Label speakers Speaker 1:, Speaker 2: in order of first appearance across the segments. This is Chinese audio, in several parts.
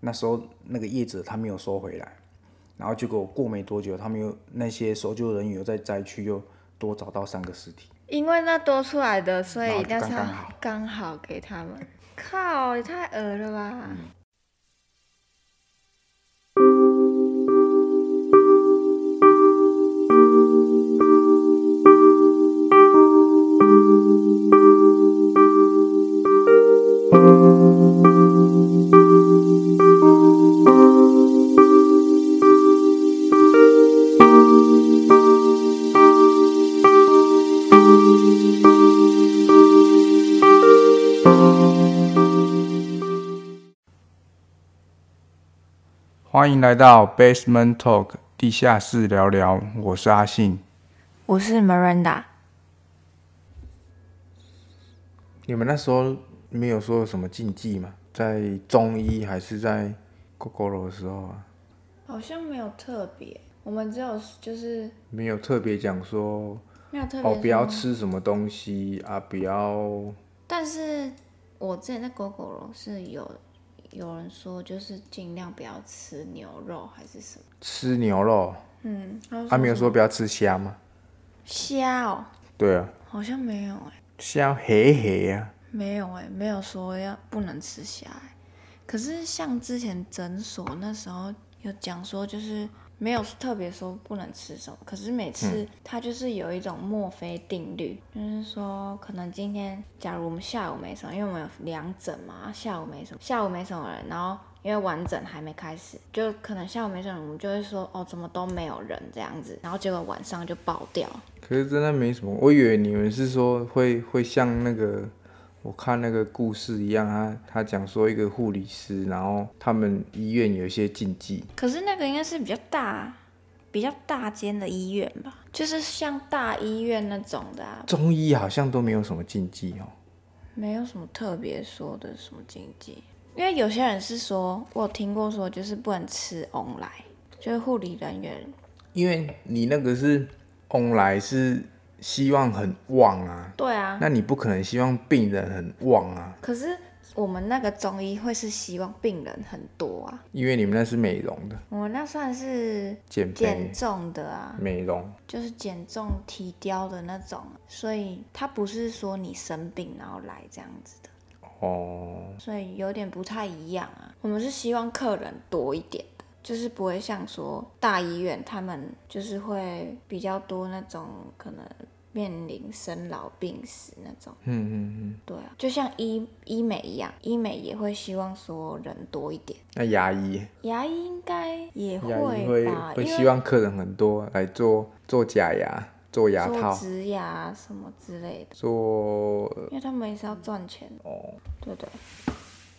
Speaker 1: 那时候那个叶子他没有收回来，然后结果过没多久，他们又那些搜救人员又在灾区又多找到三个尸体。
Speaker 2: 因为那多出来的，所以一定
Speaker 1: 然后
Speaker 2: 要
Speaker 1: 就刚刚
Speaker 2: 刚
Speaker 1: 好
Speaker 2: 刚好给他们。靠，也太恶了吧！
Speaker 1: 欢迎来到 Basement Talk 地下室聊聊，我是阿信。
Speaker 2: 我是 Miranda，
Speaker 1: 你们那时候没有说有什么禁忌吗？在中医还是在 g o g o r o 的时候啊，
Speaker 2: 好像没有特别，我们只有就是
Speaker 1: 没有特别讲说
Speaker 2: 没有特别、
Speaker 1: 哦，不要。吃什么东西啊，不要
Speaker 2: 但是我之前在狗狗笼是有有人说，就是尽量不要吃牛肉还是什么。
Speaker 1: 吃牛肉。
Speaker 2: 嗯，
Speaker 1: 他、没有说不要吃虾吗？
Speaker 2: 虾哦，
Speaker 1: 对啊，
Speaker 2: 好像没有哎、
Speaker 1: 虾黑黑啊呀、
Speaker 2: 没有哎、没有说要不能吃虾、欸。可是像之前诊所那时候有讲说，就是没有特别说不能吃什么，可是每次它就是有一种墨菲定律，就是说可能今天假如我们下午没什么，因为我们有两诊嘛，下午没什么，下午没什么人，然后。因为完整还没开始，就可能下午没什么人，我们就会说哦，怎么都没有人这样子，然后结果晚上就爆掉。
Speaker 1: 可是真的没什么，我以为你们是说会会像那个我看那个故事一样，他他讲说一个护理师，然后他们医院有一些禁忌，
Speaker 2: 可是那个应该是比较大、比较大间的医院吧，就是像大医院那种的啊，
Speaker 1: 中医好像都没有什么禁忌哦。
Speaker 2: 没有什么特别说的什么禁忌。因为有些人是说，我有听过说，就是不能吃翁来，就是护理人员。
Speaker 1: 因为你那个是翁来是希望很旺啊，
Speaker 2: 对啊，
Speaker 1: 那你不可能希望病人很旺啊，
Speaker 2: 可是我们那个中医会是希望病人很多啊，
Speaker 1: 因为你们那是美容的，
Speaker 2: 我们那算是
Speaker 1: 减肥
Speaker 2: 减重的啊，
Speaker 1: 美容，
Speaker 2: 就是减重提貂的那种，所以他不是说你生病然后来这样子的。
Speaker 1: 哦，
Speaker 2: 所以有点不太一样啊。我们是希望客人多一点的，就是不会像说大医院他们就是会比较多那种可能面临生老病死那种。
Speaker 1: 嗯嗯嗯，
Speaker 2: 对啊，就像医医美一样，医美也会希望说人多一点。
Speaker 1: 那牙医。
Speaker 2: 牙医应该也
Speaker 1: 牙医
Speaker 2: 会
Speaker 1: 会
Speaker 2: 吧，
Speaker 1: 会
Speaker 2: 因
Speaker 1: 希
Speaker 2: 为
Speaker 1: 望客人很多来做做假牙、做牙
Speaker 2: 做
Speaker 1: 套、
Speaker 2: 植牙什么之类的，
Speaker 1: 做
Speaker 2: 因为他们也是要赚钱的，
Speaker 1: 哦，
Speaker 2: 对不对？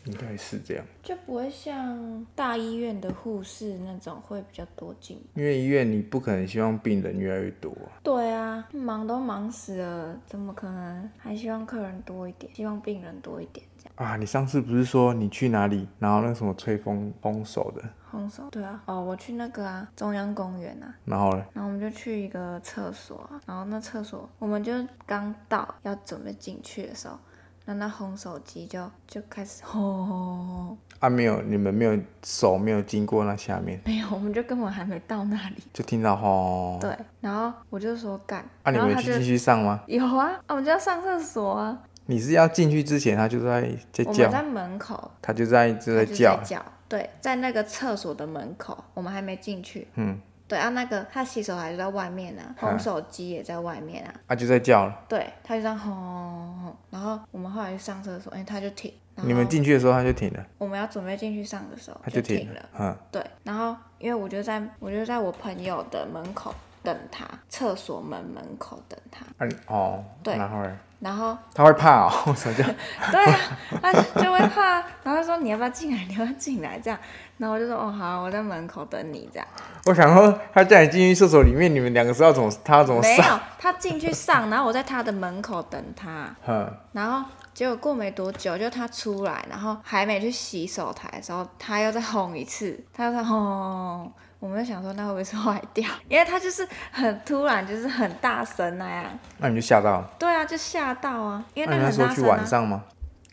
Speaker 1: 应该是这样。
Speaker 2: 就不会像大医院的护士那种会比较多进
Speaker 1: 因为医院你不可能希望病人越来越多啊、
Speaker 2: 对啊，忙都忙死了，怎么可能还希望客人多一点，希望病人多一点这样？
Speaker 1: 啊！你上次不是说你去哪里，然后那什么吹风风手的，
Speaker 2: 红手对啊，哦，我去那个啊中央公园啊，
Speaker 1: 然后呢？
Speaker 2: 然后我们就去一个厕所啊，然后那厕所我们就刚到要准备进去的时候，那那红手机就就开始 哦轰轰轰轰轰，
Speaker 1: 啊，没有，你们没有手没有经过那下面，
Speaker 2: 没有，我们就根本还没到那里。
Speaker 1: 就听到轰。
Speaker 2: 对，然后我就说干，
Speaker 1: 啊，你
Speaker 2: 然后
Speaker 1: 们
Speaker 2: 他
Speaker 1: 去
Speaker 2: 就
Speaker 1: 继续上吗？
Speaker 2: 有啊，啊我们就要上厕所啊，
Speaker 1: 你是要进去之前他就在在
Speaker 2: 我们
Speaker 1: 叫，
Speaker 2: 在门口，
Speaker 1: 他就在就在
Speaker 2: 哦他就
Speaker 1: 叫
Speaker 2: 在，叫，对，在那个厕所的门口，我们还没进去。
Speaker 1: 嗯，
Speaker 2: 对啊，那个他洗手台就在外面啊，
Speaker 1: 嗯
Speaker 2: 烘手机也在外面啊，
Speaker 1: 啊就在叫了。
Speaker 2: 对，他就这样轰轰轰轰，然后我们后来去上厕所，哎、他就停，然
Speaker 1: 你们
Speaker 2: 后
Speaker 1: 进去的时候他就停了，
Speaker 2: 我们要准备进去上的时候
Speaker 1: 他
Speaker 2: 嗯就
Speaker 1: 停
Speaker 2: 停了，，
Speaker 1: 嗯。
Speaker 2: 对，然后因为我就在我就在我朋友的门口等他，厕所门门口等他，
Speaker 1: 啊你哦，
Speaker 2: 对
Speaker 1: 然后嘞，
Speaker 2: 然后
Speaker 1: 他会怕哦， 我什么叫？
Speaker 2: 对啊，他就会怕，然后他说你要不要进来，你要不要进来这样，然后我就说哦好啊，我在门口等你这样。
Speaker 1: 我想说，他叫你进去厕所里面，你们两个是要怎么，他要怎么
Speaker 2: 没
Speaker 1: 上？
Speaker 2: 有，他进去上，然后我在他的门口等他，
Speaker 1: 哼，
Speaker 2: 然后结果过没多久，就他出来，然后还没去洗手台的时候，他又再轰一次，他又在轰，我们就想说那会不会是坏掉？因为他就是很突然，就是很大声那样。
Speaker 1: 那你就吓到了。
Speaker 2: 对啊，就吓到啊，因为
Speaker 1: 那
Speaker 2: 那
Speaker 1: 你
Speaker 2: 个
Speaker 1: 那
Speaker 2: 很
Speaker 1: 时候去
Speaker 2: 大声啊
Speaker 1: 晚。上吗？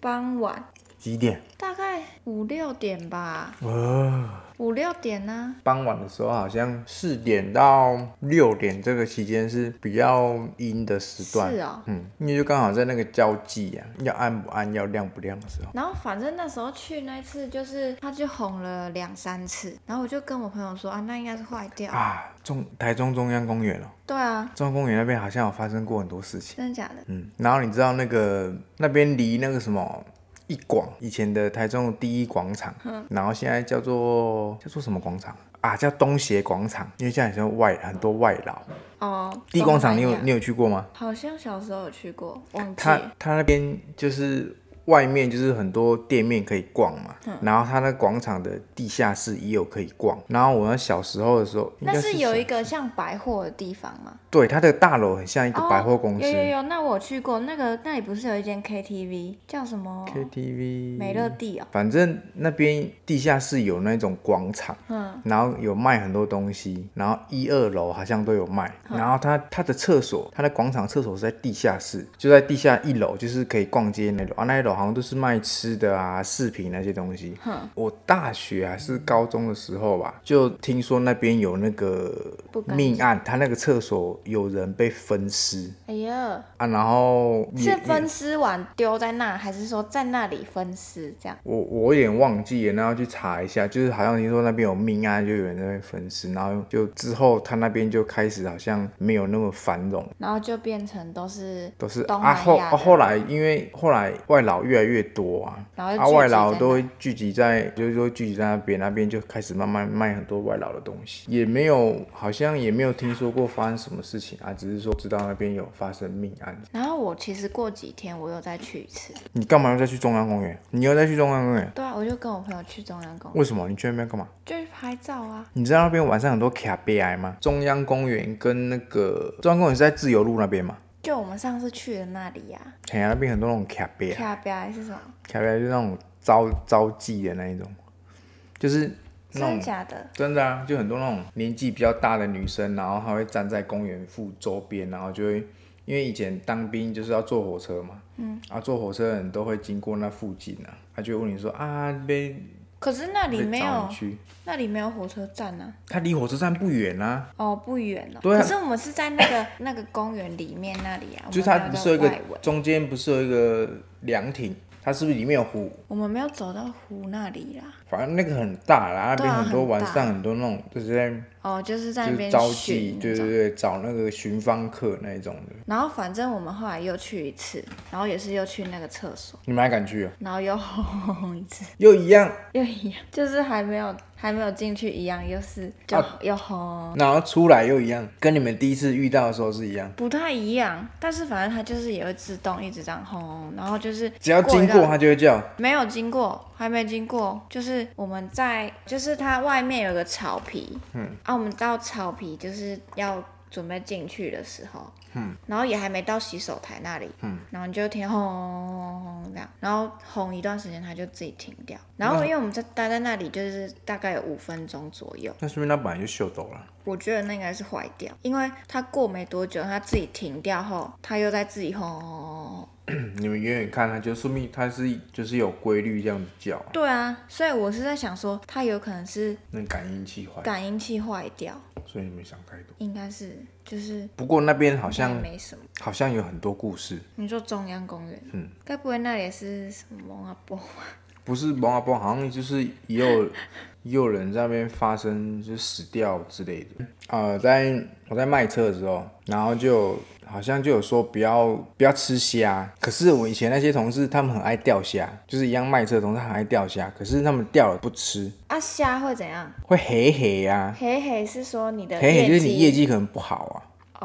Speaker 2: 傍晚
Speaker 1: 几点？
Speaker 2: 大概五六点吧，
Speaker 1: 呃，
Speaker 2: 五六点呢、
Speaker 1: 傍晚的时候好像四点到六点这个期间是比较阴的时段。
Speaker 2: 是哦
Speaker 1: 嗯，因为就刚好在那个交际啊，要暗不暗，要亮不亮的时候。
Speaker 2: 然后反正那时候去那一次就是，他就红了两三次，然后我就跟我朋友说啊，那应该是坏掉。
Speaker 1: 啊，中台中中央公园哦，
Speaker 2: 对啊，
Speaker 1: 中央公园那边好像有发生过很多事情。
Speaker 2: 真的假的？
Speaker 1: 嗯，然后你知道那个那边离那个什么一广以前的台中的第一广场，
Speaker 2: 嗯
Speaker 1: 然后现在叫做叫做什么广场啊？叫东协广场，因为现在很多外很多外劳。
Speaker 2: 哦，
Speaker 1: 第一广场你
Speaker 2: 东南
Speaker 1: 有
Speaker 2: 亚
Speaker 1: 你有去过吗？
Speaker 2: 好像小时候有去过，忘记
Speaker 1: 它
Speaker 2: 了
Speaker 1: 它那边就是外面就是很多店面可以逛嘛，
Speaker 2: 嗯
Speaker 1: 然后它那广场的地下室也有可以逛。然后我那小时候的时候，应
Speaker 2: 那
Speaker 1: 该
Speaker 2: 是有
Speaker 1: 小
Speaker 2: 一个像百货的地方吗？
Speaker 1: 对它的大楼很像一个
Speaker 2: 哦
Speaker 1: 百货公司、
Speaker 2: 有有有，那我去过，那个那里不是有一间 KTV 叫什么
Speaker 1: KTV
Speaker 2: 美乐蒂哦？
Speaker 1: 反正那边地下室有那种广场，
Speaker 2: 嗯，
Speaker 1: 然后有卖很多东西，然后一二楼好像都有卖。
Speaker 2: 嗯
Speaker 1: 然后它它的厕所，它的广场厕所是在地下室，就在地下一楼，就是可以逛街那楼啊。那一楼好像都是卖吃的啊、饰品那些东西。
Speaker 2: 嗯
Speaker 1: 我大学还是高中的时候吧，就听说那边有那个
Speaker 2: 不干净
Speaker 1: 命案，他那个厕所有人被分尸
Speaker 2: 哎呀，
Speaker 1: 啊，然后也
Speaker 2: 是分尸完丢在那，还是说在那里分尸这样？
Speaker 1: 我我有点忘记了，然后去查一下，就是好像听说那边有命案，就有人在那边分尸，然后就之后他那边就开始好像没有那么繁荣，
Speaker 2: 然后就变成都是
Speaker 1: 都是
Speaker 2: 东
Speaker 1: 啊
Speaker 2: 南
Speaker 1: 后
Speaker 2: 亚
Speaker 1: 啊
Speaker 2: 的
Speaker 1: 后来因为后来外劳越来越多啊，
Speaker 2: 然后就
Speaker 1: 啊
Speaker 2: 聚集
Speaker 1: 外劳
Speaker 2: 在
Speaker 1: 都
Speaker 2: 那
Speaker 1: 会聚集在就是说聚集在那边，那边就开始慢慢卖很多外劳的东西，也没有好像也没有听说过发生什么事情啊，只是说知道那边有发生命案。
Speaker 2: 然后我其实过几天我又再去一次，
Speaker 1: 你干嘛要再去中央公园？你又再去中央公园？
Speaker 2: 对啊，我就跟我朋友去中央公园，
Speaker 1: 为什么？你去那边干嘛？
Speaker 2: 就去拍照啊。
Speaker 1: 你知道那边晚上很多卡贝埃吗？中央公园跟那个中央公园是在自由路那边嘛？
Speaker 2: 就我们上次去的那里呀、
Speaker 1: 哎呀，那边很多那种卡贝埃，
Speaker 2: 啊，卡比还是什么？
Speaker 1: 卡贝埃就是那种招招妓的那一种，就是那
Speaker 2: 真
Speaker 1: 种
Speaker 2: 的假的？
Speaker 1: 真的啊，就很多那种年纪比较大的女生，然后她会站在公园附周边，然后就会因为以前当兵就是要坐火车嘛，嗯，啊坐火车的人都会经过那附近啊，他就会问你说啊被
Speaker 2: 可是那里
Speaker 1: 被
Speaker 2: 没
Speaker 1: 找
Speaker 2: 有
Speaker 1: 你，去，
Speaker 2: 那里没有火车站啊。
Speaker 1: 他离火车站不远啊，
Speaker 2: 哦，不远哦。
Speaker 1: 对啊
Speaker 2: 可是我们是在那个 那个公园里面那里啊，
Speaker 1: 就是
Speaker 2: 我
Speaker 1: 它
Speaker 2: 们没
Speaker 1: 不
Speaker 2: 有
Speaker 1: 是有一
Speaker 2: 到
Speaker 1: 个
Speaker 2: 外围，
Speaker 1: 中间不是有一个凉亭，它是不是里面有湖？
Speaker 2: 我们没有走到湖那里啦。
Speaker 1: 反正那个很大啦，那
Speaker 2: 对
Speaker 1: 边
Speaker 2: 啊
Speaker 1: 很多
Speaker 2: 很
Speaker 1: 晚
Speaker 2: 大
Speaker 1: 上很多那种就是在
Speaker 2: 哦，就是在
Speaker 1: 就
Speaker 2: 那
Speaker 1: 是
Speaker 2: 边
Speaker 1: 招
Speaker 2: 巡
Speaker 1: 妓，对对
Speaker 2: 那种
Speaker 1: 对，找那个寻芳客那一种的。
Speaker 2: 然后反正我们后来又去一次，然后也是又去那个厕所，
Speaker 1: 你们还敢去、哦？
Speaker 2: 然后又轰一次，
Speaker 1: 又一样，
Speaker 2: 又一样，就是还没有还没有进去一样，又是就、
Speaker 1: 啊
Speaker 2: 又轰，
Speaker 1: 然后出来又一样，跟你们第一次遇到的时候是一样。
Speaker 2: 不太一样。但是反正它就是也会自动一直这样轰，然后就是
Speaker 1: 只要经
Speaker 2: 一段
Speaker 1: 过它就会叫，
Speaker 2: 没有经过，还没经过，就是我们在，就是它外面有个草皮，嗯，啊，我们到草皮就是要准备进去的时候，嗯，然后也还没到洗手台那里，嗯，然后你就听轰轰轰轰这样，然后轰一段时间它就自己停掉，然后因为我们在待在那里就是大概有五分钟左右，
Speaker 1: 那说明它本来就秀抖了。
Speaker 2: 我觉得那应该是坏掉，因为它过没多久它自己停掉后，它又在自己轰轰轰轰轰。
Speaker 1: 你们远远看它，就说明它是就是有规律这样子叫啊，
Speaker 2: 对啊，所以我是在想说，它有可能是
Speaker 1: 那感应器坏，
Speaker 2: 感应器坏掉，
Speaker 1: 所以你们想太多。
Speaker 2: 应该是就是
Speaker 1: 不过那边好
Speaker 2: 也
Speaker 1: 像
Speaker 2: 没什么。
Speaker 1: 好像有很多故事。
Speaker 2: 你说中央公园，嗯，该不会那里是什么蒙阿波？
Speaker 1: 不是蒙阿波，好像就是也有也有人在那边发生就死掉之类的。呃，在我在卖车的时候，然后就有好像就有说不要不要吃虾，可是我以前那些同事他们很爱钓虾，就是一样卖车的同事很爱钓虾，可是他们钓了不吃，
Speaker 2: 啊，虾会怎样？
Speaker 1: 会黑黑呀、
Speaker 2: 嘿嘿，是说你的
Speaker 1: 黑黑就是你业
Speaker 2: 绩
Speaker 1: 绩可能不好啊。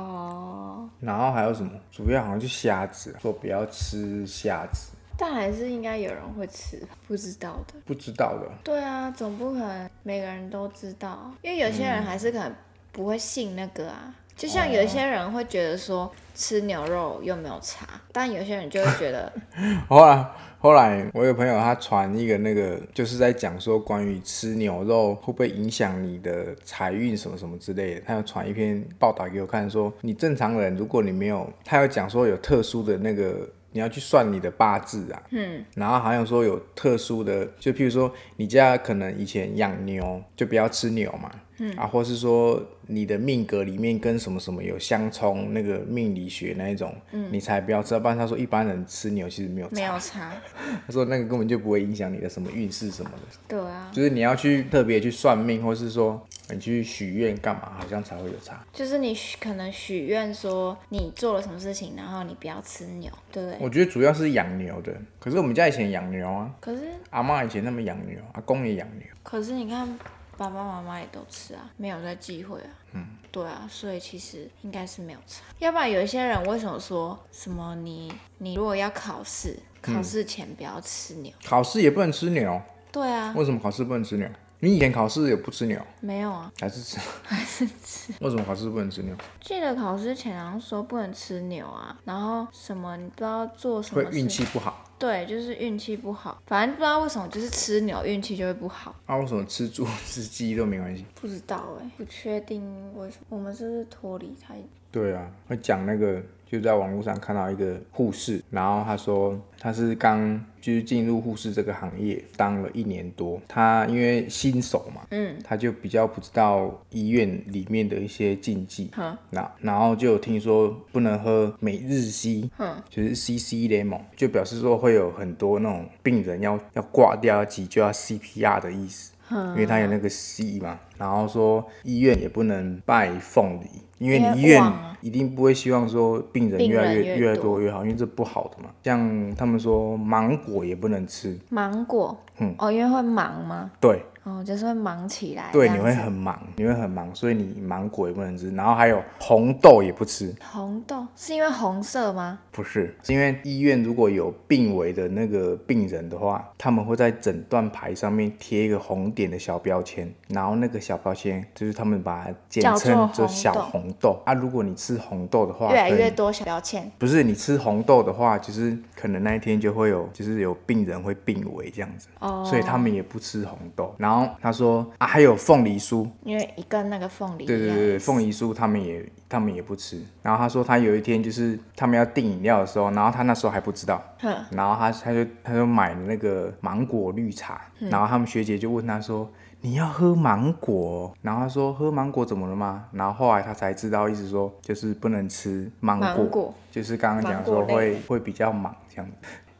Speaker 2: 哦，
Speaker 1: 然后还有什么？主要好像就虾子，说不要吃虾子，
Speaker 2: 但还是应该有人会吃吧，不知道的。
Speaker 1: 不知道的。
Speaker 2: 对啊，总不可能每个人都知道啊，因为有些人还是可能不会信那个啊。就像有些人会觉得说吃牛肉又没有差，但有些人就会觉得
Speaker 1: 后来后来，我有朋友他传一个那个，就是在讲说关于吃牛肉会不会影响你的财运什么什么之类的。他有传一篇报道给我看说你正常人如果你没有，他有讲说有特殊的那个你要去算你的八字啊，
Speaker 2: 嗯，
Speaker 1: 然后好像说有特殊的，就譬如说你家可能以前养牛，就不要吃牛嘛，嗯啊，或是说你的命格里面跟什么什么有相冲，那个命理学那一种，嗯，你才不要吃，要不然他说一般人吃牛其实没有差，
Speaker 2: 没有差，
Speaker 1: 他说那个根本就不会影响你的什么运势什么的，
Speaker 2: 对啊，
Speaker 1: 就是你要去特别去算命，或是说你去许愿干嘛，好像才会有差。
Speaker 2: 就是你许可能许愿说你做了什么事情，然后你不要吃牛，对不对？
Speaker 1: 我觉得主要是养牛的，可是我们家以前养牛啊，
Speaker 2: 可是
Speaker 1: 阿妈以前他们养牛，啊阿公也养牛，
Speaker 2: 可是你看，爸爸妈妈也都吃啊，没有在忌讳啊。嗯，对啊，所以其实应该是没有差。要不然有一些人为什么说什么你你如果要考试，
Speaker 1: 嗯
Speaker 2: 考试前不要吃牛？
Speaker 1: 考试也不能吃牛，
Speaker 2: 对啊，
Speaker 1: 为什么考试不能吃牛？你以前考试也不吃牛，
Speaker 2: 没有啊，
Speaker 1: 还是吃？还是吃？ 为什么考试不能吃牛？
Speaker 2: 记得考试前好像说不能吃牛啊，然后什么你不知道做什
Speaker 1: 会
Speaker 2: 么
Speaker 1: 运
Speaker 2: 事，
Speaker 1: 气不好
Speaker 2: 对，就是运气不好，反正不知道为什么就是吃牛运气就会不好。
Speaker 1: 啊？为什么吃猪吃鸡都没关系？
Speaker 2: 不知道哎、不确定为什么我们是不是脱离它
Speaker 1: 对啊，会讲那个，就在网络上看到一个护士，然后他说他是刚就是进入护士这个行业，当了一年多，他因为新手嘛，嗯，他就比较不知道医院里面的一些禁忌，
Speaker 2: 哼
Speaker 1: 那然后就有听说不能喝每日 C，嗯，就是 CC lemon，就表示说会有很多那种病人要要挂掉要急救要啊 CPR 的意思。因为他有那个 C 嘛，然后说医院也不能拜凤梨，因为你医
Speaker 2: 因为
Speaker 1: 院
Speaker 2: 旺啊
Speaker 1: 一定不会希望说病人越来
Speaker 2: 病
Speaker 1: 越越
Speaker 2: 人越
Speaker 1: 来
Speaker 2: 多
Speaker 1: 多越好，因为这不好的嘛。像他们说芒果也不能吃，
Speaker 2: 芒果，
Speaker 1: 嗯
Speaker 2: 哦，因为会忙吗？
Speaker 1: 对
Speaker 2: 哦，就是会忙起来。
Speaker 1: 对，
Speaker 2: 这
Speaker 1: 你
Speaker 2: 样
Speaker 1: 会
Speaker 2: 子
Speaker 1: 很忙，你会很忙，所以你芒果也不能吃。然后还有红豆也不吃，
Speaker 2: 红豆是因为红色吗？
Speaker 1: 不是，是因为医院如果有病危的那个病人的话，他们会在诊断牌上面贴一个红点的小标签，然后那个小标签就是他们把它简
Speaker 2: 叫做
Speaker 1: 称就
Speaker 2: 红
Speaker 1: 小
Speaker 2: 豆
Speaker 1: 红豆啊。如果你吃红豆的话，
Speaker 2: 越来
Speaker 1: 可能
Speaker 2: 越多小标签，
Speaker 1: 不是你吃红豆的话，就是可能那一天就会有，就是有病人会病危这样子，
Speaker 2: 哦
Speaker 1: 所以他们也不吃红豆。然后他说啊，还有凤梨酥，
Speaker 2: 因为一根那个凤梨一样。
Speaker 1: 对对对对，凤梨酥他们也他们也不吃。然后他说他有一天就是他们要订饮料的时候，然后他那时候还不知道，
Speaker 2: 哼，
Speaker 1: 然后他他就他就买了那个芒果绿茶，然后他们学姐就问他说。你要喝芒果哦，然后他说喝芒果怎么了吗？然后后来他才知道，意思说就是不能吃芒果，
Speaker 2: 芒果
Speaker 1: 就是刚刚讲
Speaker 2: 芒果
Speaker 1: 说
Speaker 2: 类
Speaker 1: 会会比较忙这样子。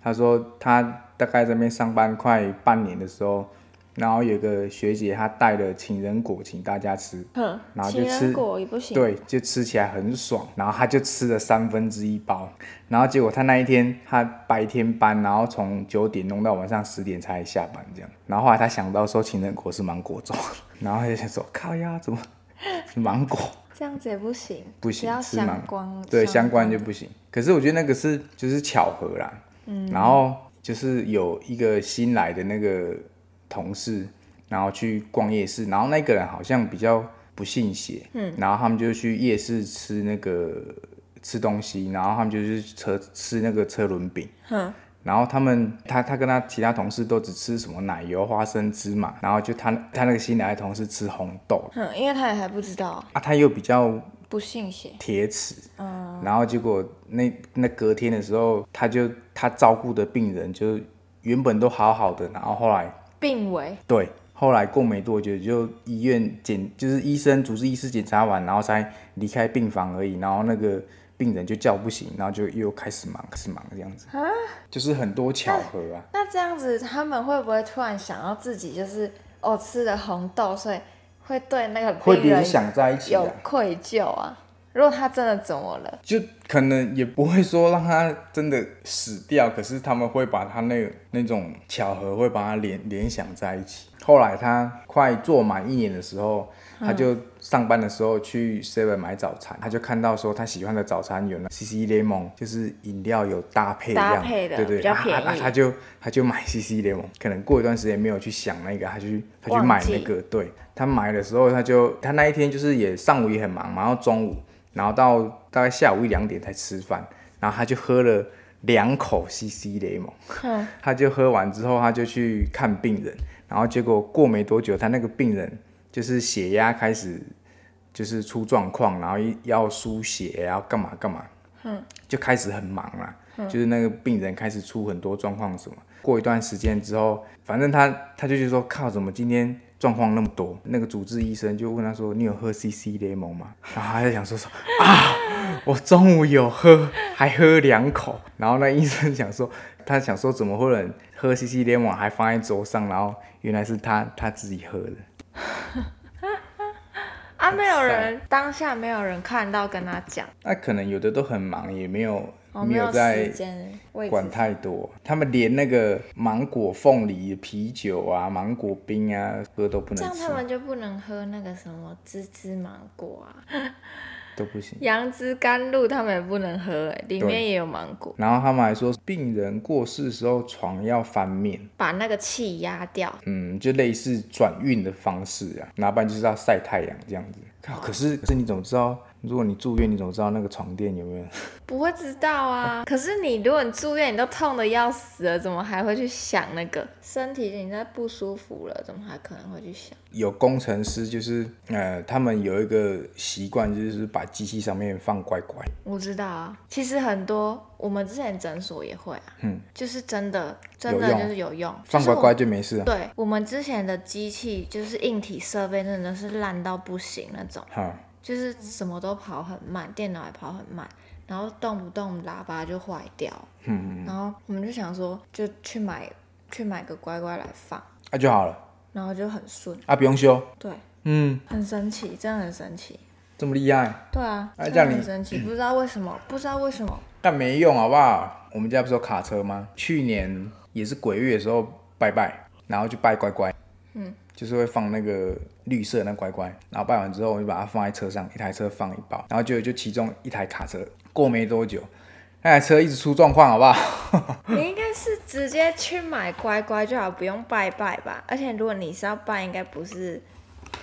Speaker 1: 他说他大概在那边上班快半年的时候，然后有个学姐她带了情人果请大家吃，
Speaker 2: 哼
Speaker 1: 然，后就
Speaker 2: 情
Speaker 1: 吃
Speaker 2: 人果也不行。
Speaker 1: 对，就吃起来很爽，然后他就吃了三分之一包，然后结果他那一天他白天班，然后从九点弄到晚上十点才下班这样，然后后来他想到说情人果是芒果粥， 然后他就想说靠呀，怎么芒果？
Speaker 2: 这样子也不行，
Speaker 1: 不行
Speaker 2: 要
Speaker 1: 吃芒
Speaker 2: 相关，
Speaker 1: 对，相关就不行。可是我觉得那个是就是巧合啦，嗯，然后就是有一个新来的那个同事，然后去逛夜市，然后那个人好像比较不信邪，嗯，然后他们就去夜市吃那个吃东西，然后他们就去车吃那个车轮饼，
Speaker 2: 哼，
Speaker 1: 然后他们，他他跟他其他同事都只吃什么奶油、花生、芝麻，然后就他他那个新来的同事吃红豆，
Speaker 2: 哼，因为他也还不知道，
Speaker 1: 啊，他又比较
Speaker 2: 不信邪。
Speaker 1: 铁齿，
Speaker 2: 嗯
Speaker 1: 然后结果那那隔天的时候，他就他照顾的病人就原本都好好的，然后后来
Speaker 2: 病危，
Speaker 1: 对，后来过没多久就医院检就是医生主治医师检查完，然后才离开病房而已，然后那个病人就叫不醒，然后就又开始忙开始忙这样子，
Speaker 2: 啊
Speaker 1: 就是很多巧合啊，
Speaker 2: 那这样子他们会不会突然想到自己就是哦吃了红豆，所以会对那个
Speaker 1: 会
Speaker 2: 病
Speaker 1: 联
Speaker 2: 人
Speaker 1: 想在一起啊
Speaker 2: 有。愧疚啊？如果他真的怎么了？
Speaker 1: 就可能也不会说让他真的死掉，可是他们会把他那那种巧合会把它联联想在一起。后来他快做满一年的时候，他就上班的时候去 Seven 买早餐，他就看到说他喜欢的早餐有那 CC Lemon，就是饮料有搭配这样，
Speaker 2: 搭配的
Speaker 1: 对对，
Speaker 2: 比较
Speaker 1: 啊
Speaker 2: 便
Speaker 1: 啊啊
Speaker 2: 宜
Speaker 1: 他就他就买 CC Lemon。可能过一段时间没有去想那个，他去他去买那个，对他买的时候他就他那一天就是也上午也很忙，然后中午。然后到大概下午一两点才吃饭，然后他就喝了两口 CC 雷蒙，
Speaker 2: 哼，
Speaker 1: 他就喝完之后他就去看病人，然后结果过没多久，他那个病人就是血压开始就是出状况，然后一要输血，然后干嘛干嘛，就开始很忙啦，
Speaker 2: 嗯
Speaker 1: 就是那个病人开始出很多状况什么。过一段时间之后，反正他他就觉得说靠，怎么今天状况那么多？那个主治医生就问他说：“你有喝 CC 联盟吗？”然后他在想说说啊， 我中午有喝，还喝两口。然后那医生想说，他想说怎么会有人喝 CC 联盟还放在桌上？然后原来是他他自己喝的。
Speaker 2: 啊，没有
Speaker 1: 很晒
Speaker 2: 人当下没有人看到跟他讲，
Speaker 1: 那可能有的都很忙，也没有、
Speaker 2: 哦，
Speaker 1: 没
Speaker 2: 有
Speaker 1: 在
Speaker 2: 时间位置
Speaker 1: 管太多，他们连那个芒果凤梨啤酒啊、芒果冰啊，喝都不
Speaker 2: 这
Speaker 1: 能
Speaker 2: 样
Speaker 1: 吃
Speaker 2: 他，们就不能喝那个什么芝芝芒果啊，
Speaker 1: 都不行。
Speaker 2: 杨枝甘露他们也不能喝、欸，里面
Speaker 1: 对
Speaker 2: 也有芒果，
Speaker 1: 然后他们还说，病人过世时候床要翻面，
Speaker 2: 把那个气压掉。
Speaker 1: 嗯，就类似转运的方式啊，然后不然就是要晒太阳这样子。靠可是可是你怎么知道？如果你住院，你怎么知道那个床垫有没 有？
Speaker 2: 不会知道啊。可是你如果你住院，你都痛的要死了，怎么还会去想那个身体你在不舒服了，怎么还可能会去想？
Speaker 1: 有工程师就是呃，他们有一个习惯，就是把机器上面放乖乖。
Speaker 2: 我知道啊，其实很多我们之前诊所也会啊，
Speaker 1: 嗯，
Speaker 2: 就是真的真
Speaker 1: 有
Speaker 2: 的
Speaker 1: 用
Speaker 2: 就是有用，
Speaker 1: 放
Speaker 2: 就是哦我
Speaker 1: 乖乖就没事啊。
Speaker 2: 对我们之前的机器就是硬体设备，真的是烂到不行那种，
Speaker 1: 哈、
Speaker 2: 就是什么都跑很慢，电脑也跑很慢，然后动不动喇叭就坏掉，嗯，然后我们就想说，就去买去买个乖乖来放，
Speaker 1: 那、啊就好了，
Speaker 2: 然后就很顺，
Speaker 1: 啊，不用修。
Speaker 2: 对，
Speaker 1: 嗯，
Speaker 2: 很神奇，真的很神奇，
Speaker 1: 这么厉害。
Speaker 2: 对啊，
Speaker 1: 哎
Speaker 2: 真
Speaker 1: 这样
Speaker 2: 的
Speaker 1: 你
Speaker 2: 很神奇，不知道为什么，不知道为什么，
Speaker 1: 但没用好不好？我们家不是有卡车吗？去年也是鬼月的时候拜拜，然后就拜乖乖，嗯，就是会放那个绿色那乖乖，然后拜完之后我就把它放在车上，一台车放一包，然后就就其中一台卡车过没多久，那台车一直出状况，好不好？
Speaker 2: 你应该是直接去买乖乖就好，不用拜拜吧？而且如果你是要拜，应该不是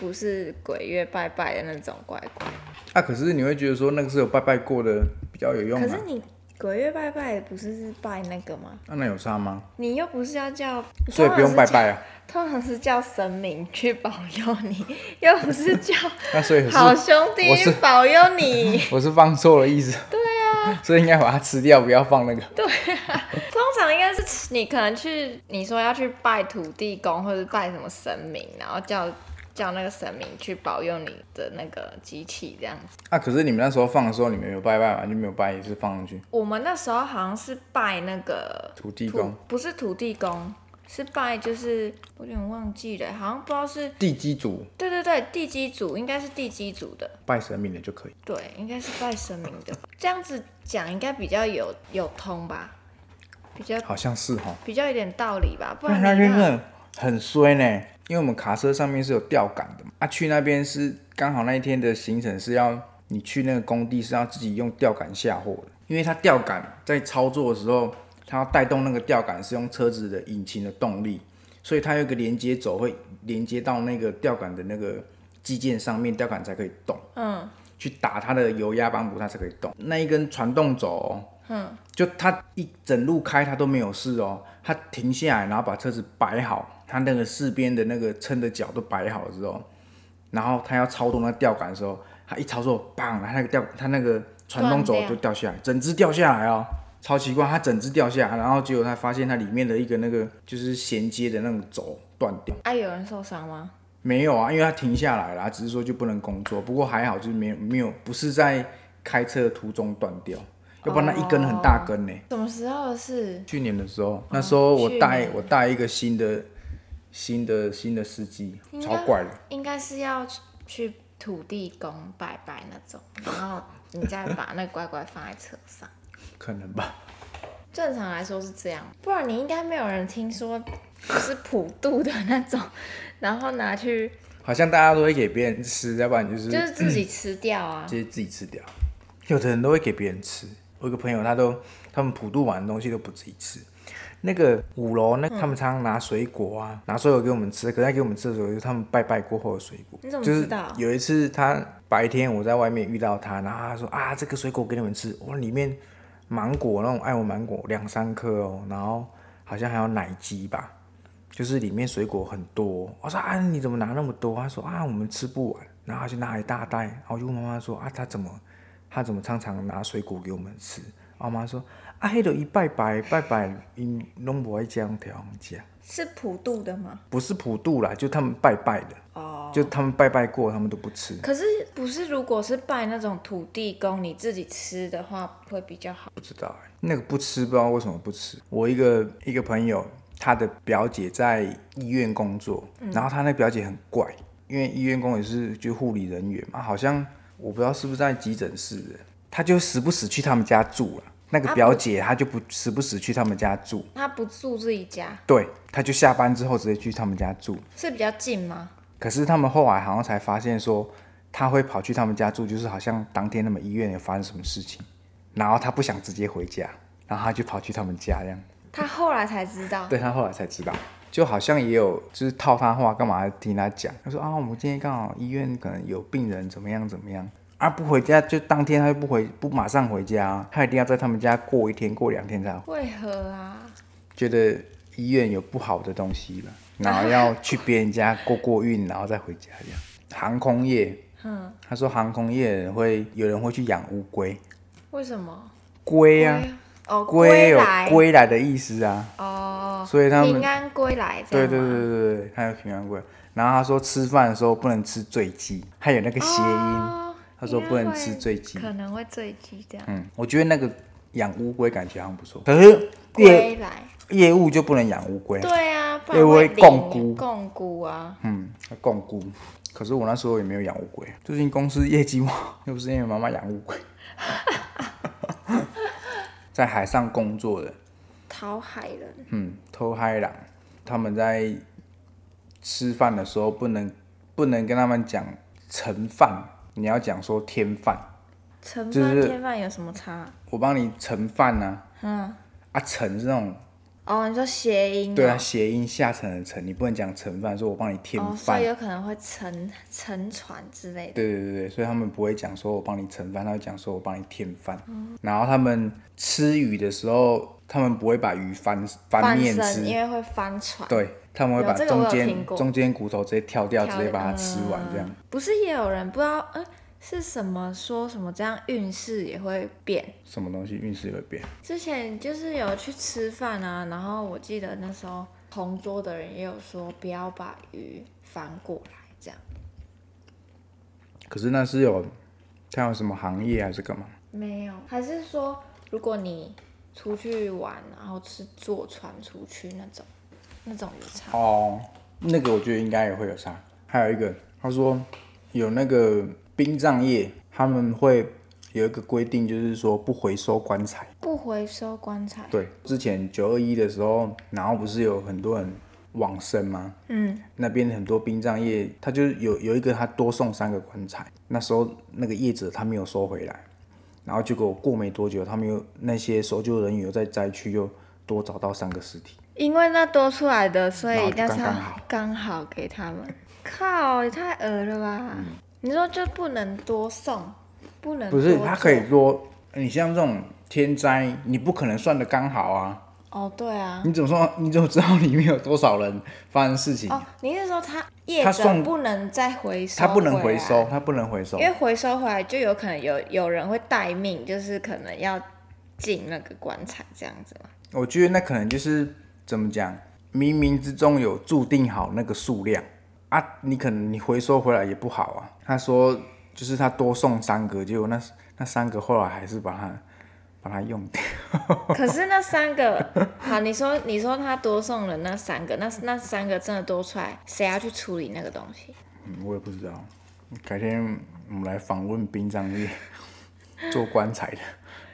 Speaker 2: 不是鬼月拜拜的那种乖乖，
Speaker 1: 啊，可是你会觉得说那个是有拜拜过的比较有用
Speaker 2: 可
Speaker 1: 啊
Speaker 2: 是，你鬼月拜拜不是是拜那个吗？
Speaker 1: 啊、那有差吗？
Speaker 2: 你又不是要叫，
Speaker 1: 所以不用拜拜啊，
Speaker 2: 通常是叫，通常是叫神明去保佑你，又不是叫
Speaker 1: 那所以可
Speaker 2: 好
Speaker 1: 是
Speaker 2: 兄弟
Speaker 1: 我是
Speaker 2: 去保佑你。
Speaker 1: 我是放错了意思，对啊， 所以应该把它吃掉，不要放那个。
Speaker 2: 通常应该是你可能去，你说要去拜土地公或者拜什么神明，然后叫叫那个神明去保佑你的那个机器这样子。
Speaker 1: 啊，可是你们那时候放的时候，你们有拜拜嘛？就没有拜，也是放上去。
Speaker 2: 我们那时候好像是拜那个
Speaker 1: 土地
Speaker 2: 土
Speaker 1: 公、，
Speaker 2: 不是土地公，是拜就是我有点忘记了，好像不知道是
Speaker 1: 地基主
Speaker 2: 对对对地基主，应该是地基主的，
Speaker 1: 拜神明的就可以。
Speaker 2: 对，应该是拜神明的。这样子讲应该比较有有通吧，比较
Speaker 1: 好像是哈，
Speaker 2: 比较有点道理吧，不
Speaker 1: 不然
Speaker 2: 然
Speaker 1: 他
Speaker 2: 你
Speaker 1: 真
Speaker 2: 看
Speaker 1: 的很衰呢。因为我们卡车上面是有吊杆的嘛，啊，去那边是刚好那一天的行程是要你去那个工地是要自己用吊杆下货的，因为它吊杆在操作的时候，它要带动那个吊杆是用车子的引擎的动力，所以它有一个连接轴会连接到那个吊杆的那个机件上面，吊杆才可以动。
Speaker 2: 嗯。
Speaker 1: 去打它的油压帮补，它才可以动。那一根传动轴、哦，嗯，就它一整路开它都没有事哦，它停下来，然后把车子摆好，它那个四边的那个撑的脚都摆好之后，然后它要操纵那吊杆的时候，它一操作，砰，它那个吊它那个传动轴
Speaker 2: 断掉
Speaker 1: 就掉下来，整只掉下来哦。超奇怪，它整只掉下来，然后结果他发现它里面的一个那个就是衔接的那种轴断掉。
Speaker 2: 啊，有人受伤吗？
Speaker 1: 没有啊，因为他停下来了，只是说就不能工作。不过还好，就是没有没有不是在开车的途中断掉，要不然那一根很大根呢、
Speaker 2: 什么时候的事？
Speaker 1: 去年的时候，那时候我带、
Speaker 2: 哦去年
Speaker 1: 我带一个新的新的新的司机，
Speaker 2: 应该
Speaker 1: 超怪的。
Speaker 2: 应该是要去土地公拜拜那种，然后你再把那乖乖放在车上。
Speaker 1: 可能吧？
Speaker 2: 正常来说是这样，不然你应该没有人听说就是普渡的那种， 然后拿去
Speaker 1: 好像大家都会给别人吃，要不然就是
Speaker 2: 就是自己吃掉啊。
Speaker 1: 直接自己吃掉。有的人都会给别人吃，我有个朋友他都他们普渡完的东西都不自己吃。那个五楼那他们常常拿水果啊，拿水果给我们吃，可是他给我们吃的时候，就是他们拜拜过后的水果。
Speaker 2: 你怎么
Speaker 1: 就是
Speaker 2: 知道
Speaker 1: 有一次他白天我在外面遇到他，然后他说啊这个水果给你们吃，哇里面芒果那种爱文芒果两三颗哦，然后好像还有奶鸡吧，就是里面水果很多。我说啊，你怎么拿那么多？他说啊，我们吃不完。然后他就拿一大袋。然后我就问妈妈说啊，他怎么他怎么常常拿水果给我们吃？”啊我妈说：“啊，迄个伊拜拜拜拜，因拢无爱这样调食，
Speaker 2: 是普渡的吗？
Speaker 1: 不是普渡啦，就他们拜拜的，
Speaker 2: 哦，
Speaker 1: 就他们拜拜过，他们都不吃。
Speaker 2: 可是不是，如果是拜那种土地公，你自己吃的话会比较好。
Speaker 1: 不知道、欸、那个不吃，不知道为什么不吃。我一个一个朋友，他的表姐在医院工作，然后他那表姐很怪，因为医院工也是就护理人员嘛，好像我不知道是不是在急诊室的，他就时不时去他们家住了、啊那个表姐她就不时不时去他们家住，
Speaker 2: 他不住自己家
Speaker 1: 对，她就下班之后直接去他们家住。
Speaker 2: 是比较近吗？
Speaker 1: 可是他们后来好像才发现说，他会跑去他们家住，就是好像当天他们医院有发生什么事情，然后他不想直接回家，然后他就跑去他们家这样。
Speaker 2: 他后来才知道，
Speaker 1: 对他后来才知道，就好像也有就是套他话，干嘛听他讲？他说啊，我们今天刚好医院可能有病人怎么样怎么样。啊，不回家就当天他就不回，不马上回家啊，他一定要在他们家过一天、过两天才回
Speaker 2: 为何啊？
Speaker 1: 觉得医院有不好的东西了，然后要去别人家过过运，然后再回家这样。航空业，嗯，他说航空业人会有人会去养乌龟，
Speaker 2: 为什么？
Speaker 1: 龟啊，
Speaker 2: 哦，
Speaker 1: 龟
Speaker 2: 归
Speaker 1: 有
Speaker 2: 来
Speaker 1: 归来的意思啊，
Speaker 2: 哦，
Speaker 1: 所以他们
Speaker 2: 平安归来，这
Speaker 1: 对
Speaker 2: 样
Speaker 1: 对
Speaker 2: 吗
Speaker 1: 对对对，他有平安龟。然后他说吃饭的时候不能吃醉鸡，还有那个谐音，
Speaker 2: 哦
Speaker 1: 他说不能吃醉鸡
Speaker 2: 应该会可能会醉鸡这样。
Speaker 1: 嗯，我觉得那个养乌龟感觉好像不错，可是业
Speaker 2: 归来，
Speaker 1: 业务就不能养乌龟啊，
Speaker 2: 对啊，不
Speaker 1: 因
Speaker 2: 然
Speaker 1: 为
Speaker 2: 会
Speaker 1: 共
Speaker 2: 领
Speaker 1: 辜
Speaker 2: 共辜啊。
Speaker 1: 嗯，要共估。可是我那时候也没有养乌龟，最近公司业绩不好，又不是因为妈妈养乌 龟。在海上工作的，
Speaker 2: 讨海人，
Speaker 1: 嗯，偷嗨狼，他们在吃饭的时候不能不能跟他们讲盛饭，你要讲说添饭。
Speaker 2: 盛
Speaker 1: 就
Speaker 2: 饭
Speaker 1: 是
Speaker 2: 添饭有什么差？
Speaker 1: 我帮你盛饭呢、
Speaker 2: 嗯，
Speaker 1: 啊，啊盛是那种
Speaker 2: 哦，你说谐音、哦，
Speaker 1: 对啊谐音下沉的沉，你不能讲盛饭，说我帮你添
Speaker 2: 哦，所
Speaker 1: 饭
Speaker 2: 以。有可能会沉沉船之类的。
Speaker 1: 对对对对，所以他们不会讲说我帮你盛饭，他会讲说我帮你添饭。
Speaker 2: 嗯
Speaker 1: 然后他们吃鱼的时候，他们不会把鱼翻翻
Speaker 2: 翻
Speaker 1: 面
Speaker 2: 身，因
Speaker 1: 吃，
Speaker 2: 为会翻船。
Speaker 1: 对，他们会把
Speaker 2: 有这个我
Speaker 1: 中
Speaker 2: 有
Speaker 1: 间
Speaker 2: 听过
Speaker 1: 中间骨头直接挑掉，
Speaker 2: 挑
Speaker 1: 直接把它吃完这样。
Speaker 2: 不是也有人不知道，嗯，是什么说什么这样运势也会变？
Speaker 1: 什么东西运势也会变？
Speaker 2: 之前就是有去吃饭啊，然后我记得那时候同桌的人也有说不要把鱼翻过来，这样
Speaker 1: 可是那是有它有什么行业还是干嘛？
Speaker 2: 没有，还是说如果你出去玩，然后是坐船出去那种，那种有差
Speaker 1: 哦，那个我觉得应该也会有差。还有一个，他说有那个殡葬业，他们会有一个规定，就是说不回收棺材。
Speaker 2: 不回收棺材，
Speaker 1: 对，之前九二一的时候，然后不是有很多人往生吗？
Speaker 2: 嗯，
Speaker 1: 那边很多殡葬业，他就有有一个他多送三个棺材，那时候那个业者他没有收回来，然后结果过没多久，他们又那些搜救人员又在灾区又多找到三个尸体，
Speaker 2: 因为那多出来的，所
Speaker 1: 然后
Speaker 2: 以
Speaker 1: 就
Speaker 2: 那
Speaker 1: 刚
Speaker 2: 是
Speaker 1: 刚
Speaker 2: 要
Speaker 1: 好
Speaker 2: 刚好给他们。靠，也太恶了吧！你说就不能多送，不
Speaker 1: 嗯
Speaker 2: 能
Speaker 1: 不是
Speaker 2: 多
Speaker 1: 他可以
Speaker 2: 做
Speaker 1: 说，你像这种天灾，你不可能算的刚好啊，
Speaker 2: 哦，对啊，
Speaker 1: 你怎么说？你怎么知道里面有多少人发生事情？
Speaker 2: 哦，你是说他业
Speaker 1: 他
Speaker 2: 者
Speaker 1: 送
Speaker 2: 不能再回收，
Speaker 1: 他不能回收，，他不能回收
Speaker 2: 因。为回收回来就有可能有有人会待命，就是可能要进那个棺材这样子 嘛。
Speaker 1: 我觉得那可能就是怎么讲，冥冥之中有注定好那个数量啊，你可能你回收回来也不好啊。他说就是他多送三个，结果那那三个后来还是把它把它用掉。
Speaker 2: 可是那三个，好，你说你说他多送了那三个，那那三个真的多出来，谁要去处理那个东西？
Speaker 1: 嗯，我也不知道，改天我们来访问殡葬业做棺材的，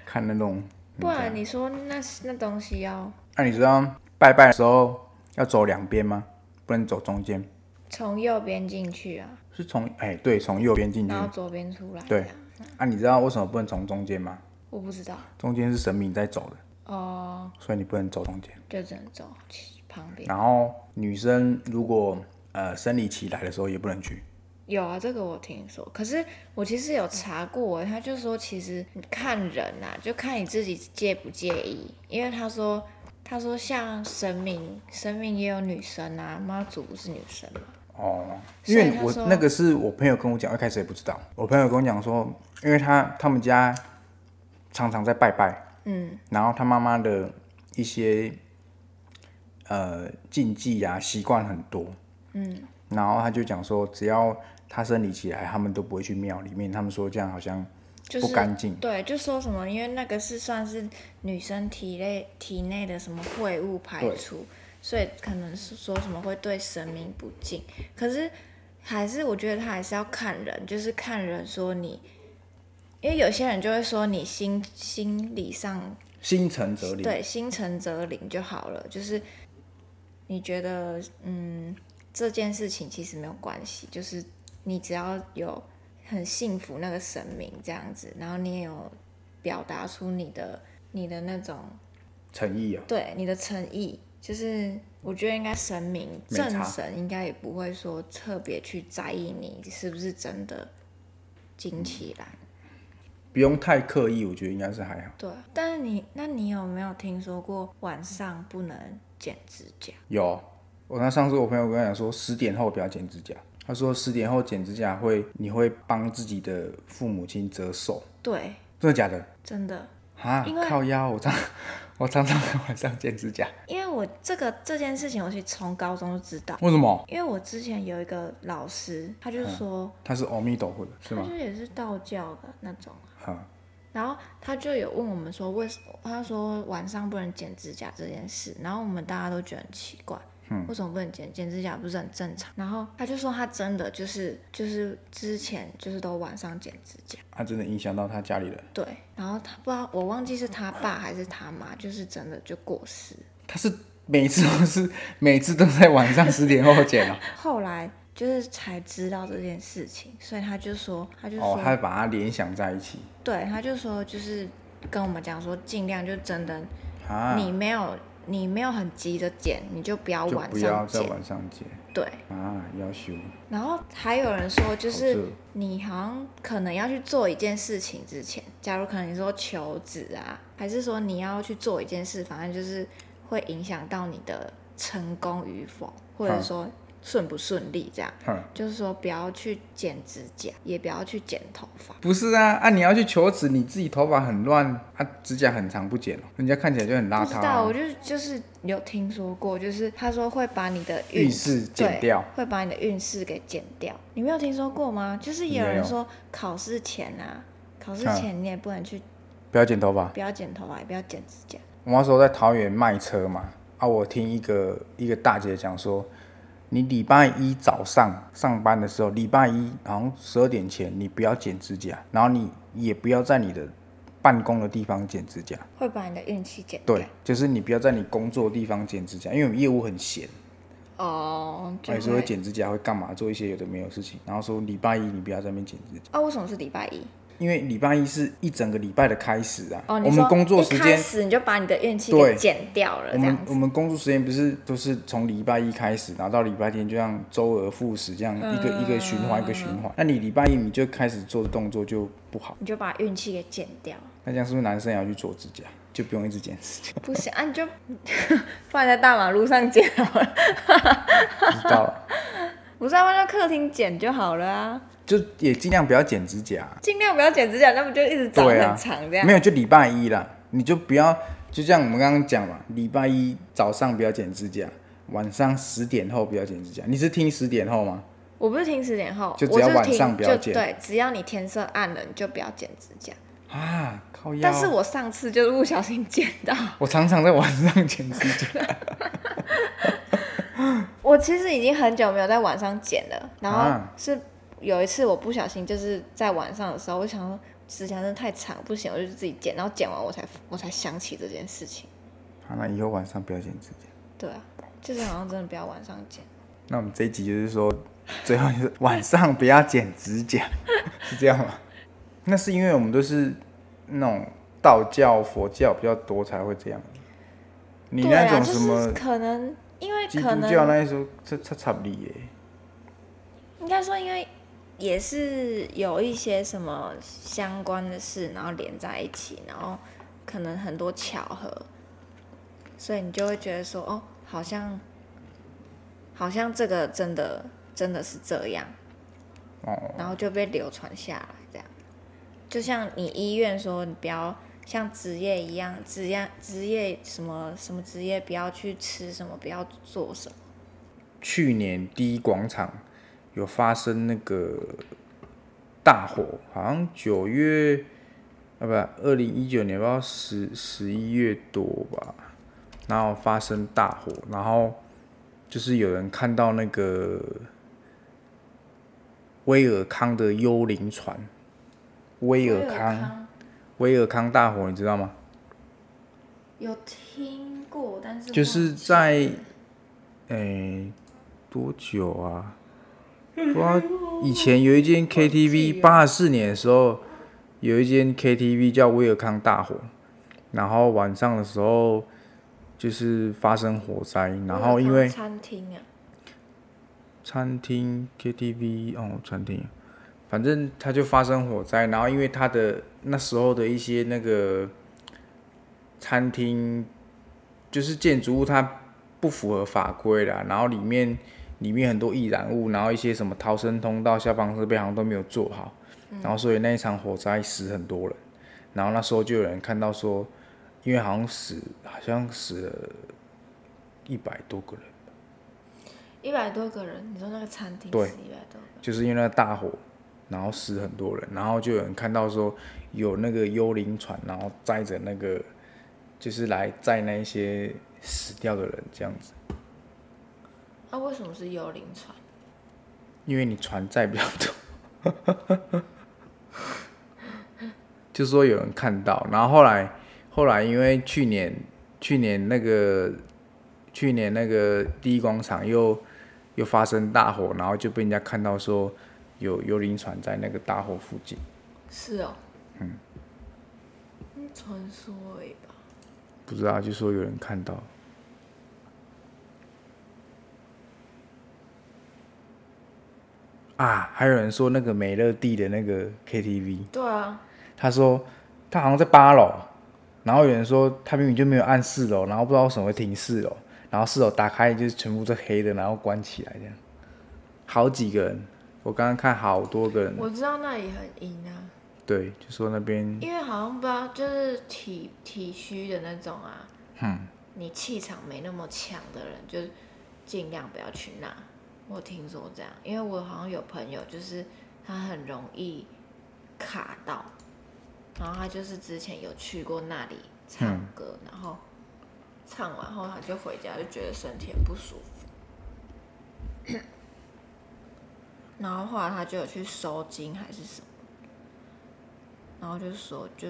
Speaker 1: 看那种。
Speaker 2: 不然你说那那东西要
Speaker 1: 那、你知道拜拜的时候要走两边吗？不能走中间，
Speaker 2: 从右边进去啊，
Speaker 1: 是从哎、对，从右边进去
Speaker 2: 然。后左边出来。
Speaker 1: 对
Speaker 2: 这样，
Speaker 1: 啊，你知道为什么不能从中间吗？
Speaker 2: 我不知道
Speaker 1: 中间是神明在走的。
Speaker 2: 哦，
Speaker 1: 所以你不能走中间。
Speaker 2: 就只能走其旁边。
Speaker 1: 然后女生如果呃生理期来的时候也不能去，
Speaker 2: 有啊，这个我听说，可是我其实
Speaker 1: 嗯
Speaker 2: 有查过，他就说其实你看人啊，就看你自己介不介意，因为他说他说像神明，神明也有女生啊，妈祖不是女生嘛，
Speaker 1: 哦，
Speaker 2: 所
Speaker 1: 因为
Speaker 2: 以他
Speaker 1: 我
Speaker 2: 说
Speaker 1: 那个是我朋友跟我讲，我一开始也不知道。我朋友跟我讲说，因为他他们家常常在拜拜，
Speaker 2: 嗯，
Speaker 1: 然后他妈妈的一些呃禁忌啊习惯很多，嗯，然后他就讲说，只要他生理起来，他们都不会去庙里面，他们说这样好像
Speaker 2: 就是
Speaker 1: 不干净，
Speaker 2: 对，就说什么，因为那个是算是女生体内体内的什么秽物排
Speaker 1: 对
Speaker 2: 出，所以可能是说什么会对神明不敬。可是还是我觉得他还是要看人，就是看人说你，因为有些人就会说你心心理上
Speaker 1: 心诚则灵。
Speaker 2: 对心诚则灵就好了，就是你觉得嗯这件事情其实没有关系，就是你只要有很信服那个神明这样子，然后你也有表达出你的你的那种
Speaker 1: 诚意啊，
Speaker 2: 对你的诚意，就是我觉得应该神明
Speaker 1: 没差
Speaker 2: 正神应该也不会说特别去在意你是不是真的惊
Speaker 1: 嗯
Speaker 2: 起来。
Speaker 1: 不用太刻意，我觉得应该是还好。
Speaker 2: 对，啊但是你，那你有没有听说过晚上不能剪指甲？
Speaker 1: 有，我那上次我朋友跟我讲说，十点后不要剪指甲。他说十点后剪指甲会，你会帮自己的父母亲折寿，
Speaker 2: 对，
Speaker 1: 真的假的？
Speaker 2: 真的，
Speaker 1: 啊
Speaker 2: 因为，
Speaker 1: 靠腰，我常 我常常在晚上剪指甲，
Speaker 2: 因为我这个这件事情，我是从高中就知道，
Speaker 1: 为什么？
Speaker 2: 因为我之前有一个老师，他就说，
Speaker 1: 他是阿弥陀佛的，嗯是
Speaker 2: 他
Speaker 1: 吗？
Speaker 2: 就也是道教的那种，啊
Speaker 1: 哈，
Speaker 2: 然后他就有问我们说，为什么他说晚上不能剪指甲这件事，然后我们大家都觉得很奇怪，为什么不能剪剪指甲不是很正常？然后他就说他真的就是就是之前就是都晚上剪指甲。
Speaker 1: 他真的影响到他家里人，
Speaker 2: 对，然后他不知道我忘记是他爸还是他妈，就是真的就过世。
Speaker 1: 他是每次都是每次都在晚上十点后剪啊。
Speaker 2: 后来就是才知道这件事情，所以他就说，他 就说，
Speaker 1: 哦，他把它联想在一起
Speaker 2: 对，他就说就是跟我们讲说，尽量就真的、
Speaker 1: 啊，
Speaker 2: 你没有你没有很急着剪，你就不要
Speaker 1: 就
Speaker 2: 啊晚
Speaker 1: 不要
Speaker 2: 上
Speaker 1: 在
Speaker 2: 剪。
Speaker 1: 晚上剪
Speaker 2: 对，
Speaker 1: 啊，要修。
Speaker 2: 然后还有人说，就
Speaker 1: 好
Speaker 2: 是
Speaker 1: 热
Speaker 2: 你好像可能要去做一件事情之前，假如可能你说求职啊，还是说你要去做一件事，反正就是会影响到你的成功与否，或者
Speaker 1: 嗯
Speaker 2: 说顺不顺利这样。
Speaker 1: 哼，
Speaker 2: 就是说不要去剪指甲，也不要去剪头发。
Speaker 1: 不是啊，啊，你要去求职，你自己头发很乱，啊，指甲很长不剪哦，人家看起来就很邋
Speaker 2: 不
Speaker 1: 遢
Speaker 2: 知
Speaker 1: 啊、
Speaker 2: 道，我就就是有听说过，就是他说会把你的
Speaker 1: 运
Speaker 2: 运
Speaker 1: 势
Speaker 2: 对
Speaker 1: 剪掉，
Speaker 2: 会把你的运势给剪掉。你没有听说过吗？就是也有
Speaker 1: 没有
Speaker 2: 人说考试前啊，考试
Speaker 1: 嗯
Speaker 2: 前你也不能去，
Speaker 1: 不要剪头发。
Speaker 2: 不要剪头发，也不要剪指甲。
Speaker 1: 我那时候在桃园卖车嘛，啊，我听一个一个大姐讲说，你礼拜一早上上班的时候，礼拜一好像十二点前，你不要剪指甲，然后你也不要在你的办公的地方剪指甲。
Speaker 2: 会把你的运气减掉
Speaker 1: 对，就是你不要在你工作的地方剪指甲，因为我们业务很闲，
Speaker 2: 哦，就
Speaker 1: 有时候会剪指甲，会干嘛，做一些有的没有的事情。然后说礼拜一你不要在那边剪指甲。
Speaker 2: 啊？为什么是礼拜一？
Speaker 1: 因为礼拜一是一整个礼拜的开始啊，
Speaker 2: 哦，你
Speaker 1: 我们
Speaker 2: 说
Speaker 1: 工作
Speaker 2: 一
Speaker 1: 时
Speaker 2: 开
Speaker 1: 间，
Speaker 2: 始你就把你的运气
Speaker 1: 对
Speaker 2: 给减掉了，
Speaker 1: 我
Speaker 2: 这
Speaker 1: 们
Speaker 2: 样
Speaker 1: 我
Speaker 2: 子。
Speaker 1: 们工作时间不是都是从礼拜一开始，然后到礼拜天就像周而复始这样一个、
Speaker 2: 嗯
Speaker 1: 一个循环一个循环。那你礼拜一你就开始做的动作就不好，
Speaker 2: 你就把运气给减掉，
Speaker 1: 那这样是不是男生也要去做指甲，就不用一直剪指甲？
Speaker 2: 不行啊！你就 放在大马路上剪好了，
Speaker 1: 知道啊了，
Speaker 2: 不是啊，放在客厅剪就好了啊，
Speaker 1: 就也尽量不要剪指甲、啊
Speaker 2: 尽量不要剪指甲，那不就一直长
Speaker 1: 对啊
Speaker 2: 很长这样？
Speaker 1: 没有就礼拜一啦，你就不要就像我们刚刚讲嘛，礼拜一早上不要剪指甲，晚上十点后不要剪指甲。你是听十点后吗？
Speaker 2: 我不是听十点后，
Speaker 1: 就只
Speaker 2: 我
Speaker 1: 要
Speaker 2: 是
Speaker 1: 晚
Speaker 2: 听
Speaker 1: 上不要
Speaker 2: 就
Speaker 1: 剪
Speaker 2: 对，只要你天色暗了，你就不要剪指甲。
Speaker 1: 啊，靠腰！
Speaker 2: 但是我上次就是不小心剪到，
Speaker 1: 我常常在晚上剪指甲，
Speaker 2: 我其实已经很久没有在晚上剪了，然后
Speaker 1: 啊
Speaker 2: 是有一次我不小心就是在晚上的时候，我想说指甲真的太长，不行，我就自己剪，然后剪完我才我才想起这件事情。
Speaker 1: 好，那以后晚上不要剪指甲。
Speaker 2: 对啊，就是好像真的不要晚上剪。
Speaker 1: 那我们这一集就是说，最后就是晚上不要剪指甲， 是这样吗？那是因为我们都是那种道教、佛教比较多才会这样。你
Speaker 2: 对
Speaker 1: 那
Speaker 2: 啊，
Speaker 1: 种
Speaker 2: 就
Speaker 1: 什
Speaker 2: 是
Speaker 1: 么
Speaker 2: 可能因为
Speaker 1: 基
Speaker 2: 可
Speaker 1: 督教
Speaker 2: 能
Speaker 1: 那一时候，这这差不离耶。
Speaker 2: 应该说因为。也是有一些什么相关的事，然后连在一起，然后可能很多巧合，所以你就会觉得说，哦，好像好像这个真的真的是这样，
Speaker 1: 哦
Speaker 2: 然后就被流传下来这样。就像你医院说，你不要像职业一样，职业职业什么什么职业不要去吃什么，不要做什么。
Speaker 1: 去年第一广场有发生那个大火，好像九月啊不，二零一九年不知道十十一月多吧，然后发生大火，然后就是有人看到那个威尔康的幽灵船，威尔康，威尔康大火，你知道吗？
Speaker 2: 有听过，但是
Speaker 1: 就是
Speaker 2: 忘记
Speaker 1: 在，诶、哎多久啊？不知道以前有一间 KTV，八四年的时候有一间 KTV 叫威尔康大火，然后晚上的时候就是发生火灾，然后因
Speaker 2: 我有
Speaker 1: 为
Speaker 2: 看餐厅啊，
Speaker 1: 餐厅 KTV 哦，餐厅，反正它就发生火灾，然后因为它的那时候的一些那个餐厅，就是建筑物它不符合法规啦，然后里面里面很多易燃物，然后一些什么逃生通道、消防设备好像都没有做好，然后所以那一场火灾死很多人，然后那时候就有人看到说，因为好像死好像死了一百多个人。
Speaker 2: 一百多个人，你说那个餐厅
Speaker 1: 对
Speaker 2: 是一百多个，
Speaker 1: 就是因为那大火，然后死很多人，然后就有人看到说有那个幽灵船，然后载着那个就是来载那一些死掉的人这样子，
Speaker 2: 那、啊为什么是幽灵船？
Speaker 1: 因为你船载不了多， 就说有人看到，然后后来后来因为去年去年那个去年那个第一广场又又发生大火，然后就被人家看到说有幽灵船在那个大火附近。
Speaker 2: 是哦，嗯，传说而已吧。
Speaker 1: 不知道，就说有人看到。啊，还有人说那个美乐蒂的那个 KTV，
Speaker 2: 对啊，
Speaker 1: 他说他好像在八楼，然后有人说他明明就没有按四楼，然后不知道为什么会停四楼，然后四楼打开就是全部都黑的，然后关起来这样。好几个人，我刚刚看好多个人，
Speaker 2: 我知道那里很阴啊，
Speaker 1: 对，就说那边
Speaker 2: 因为好像不知道就是体体虚的那种啊，嗯，你气场没那么强的人，就尽量不要去那。我听说这样，因为我好像有朋友就是他很容易卡到，然后他就是之前有去过那里唱歌，然后唱完后他就回家，就觉得身体很不舒服。然后后来他就有去收金还是什么，然后就说就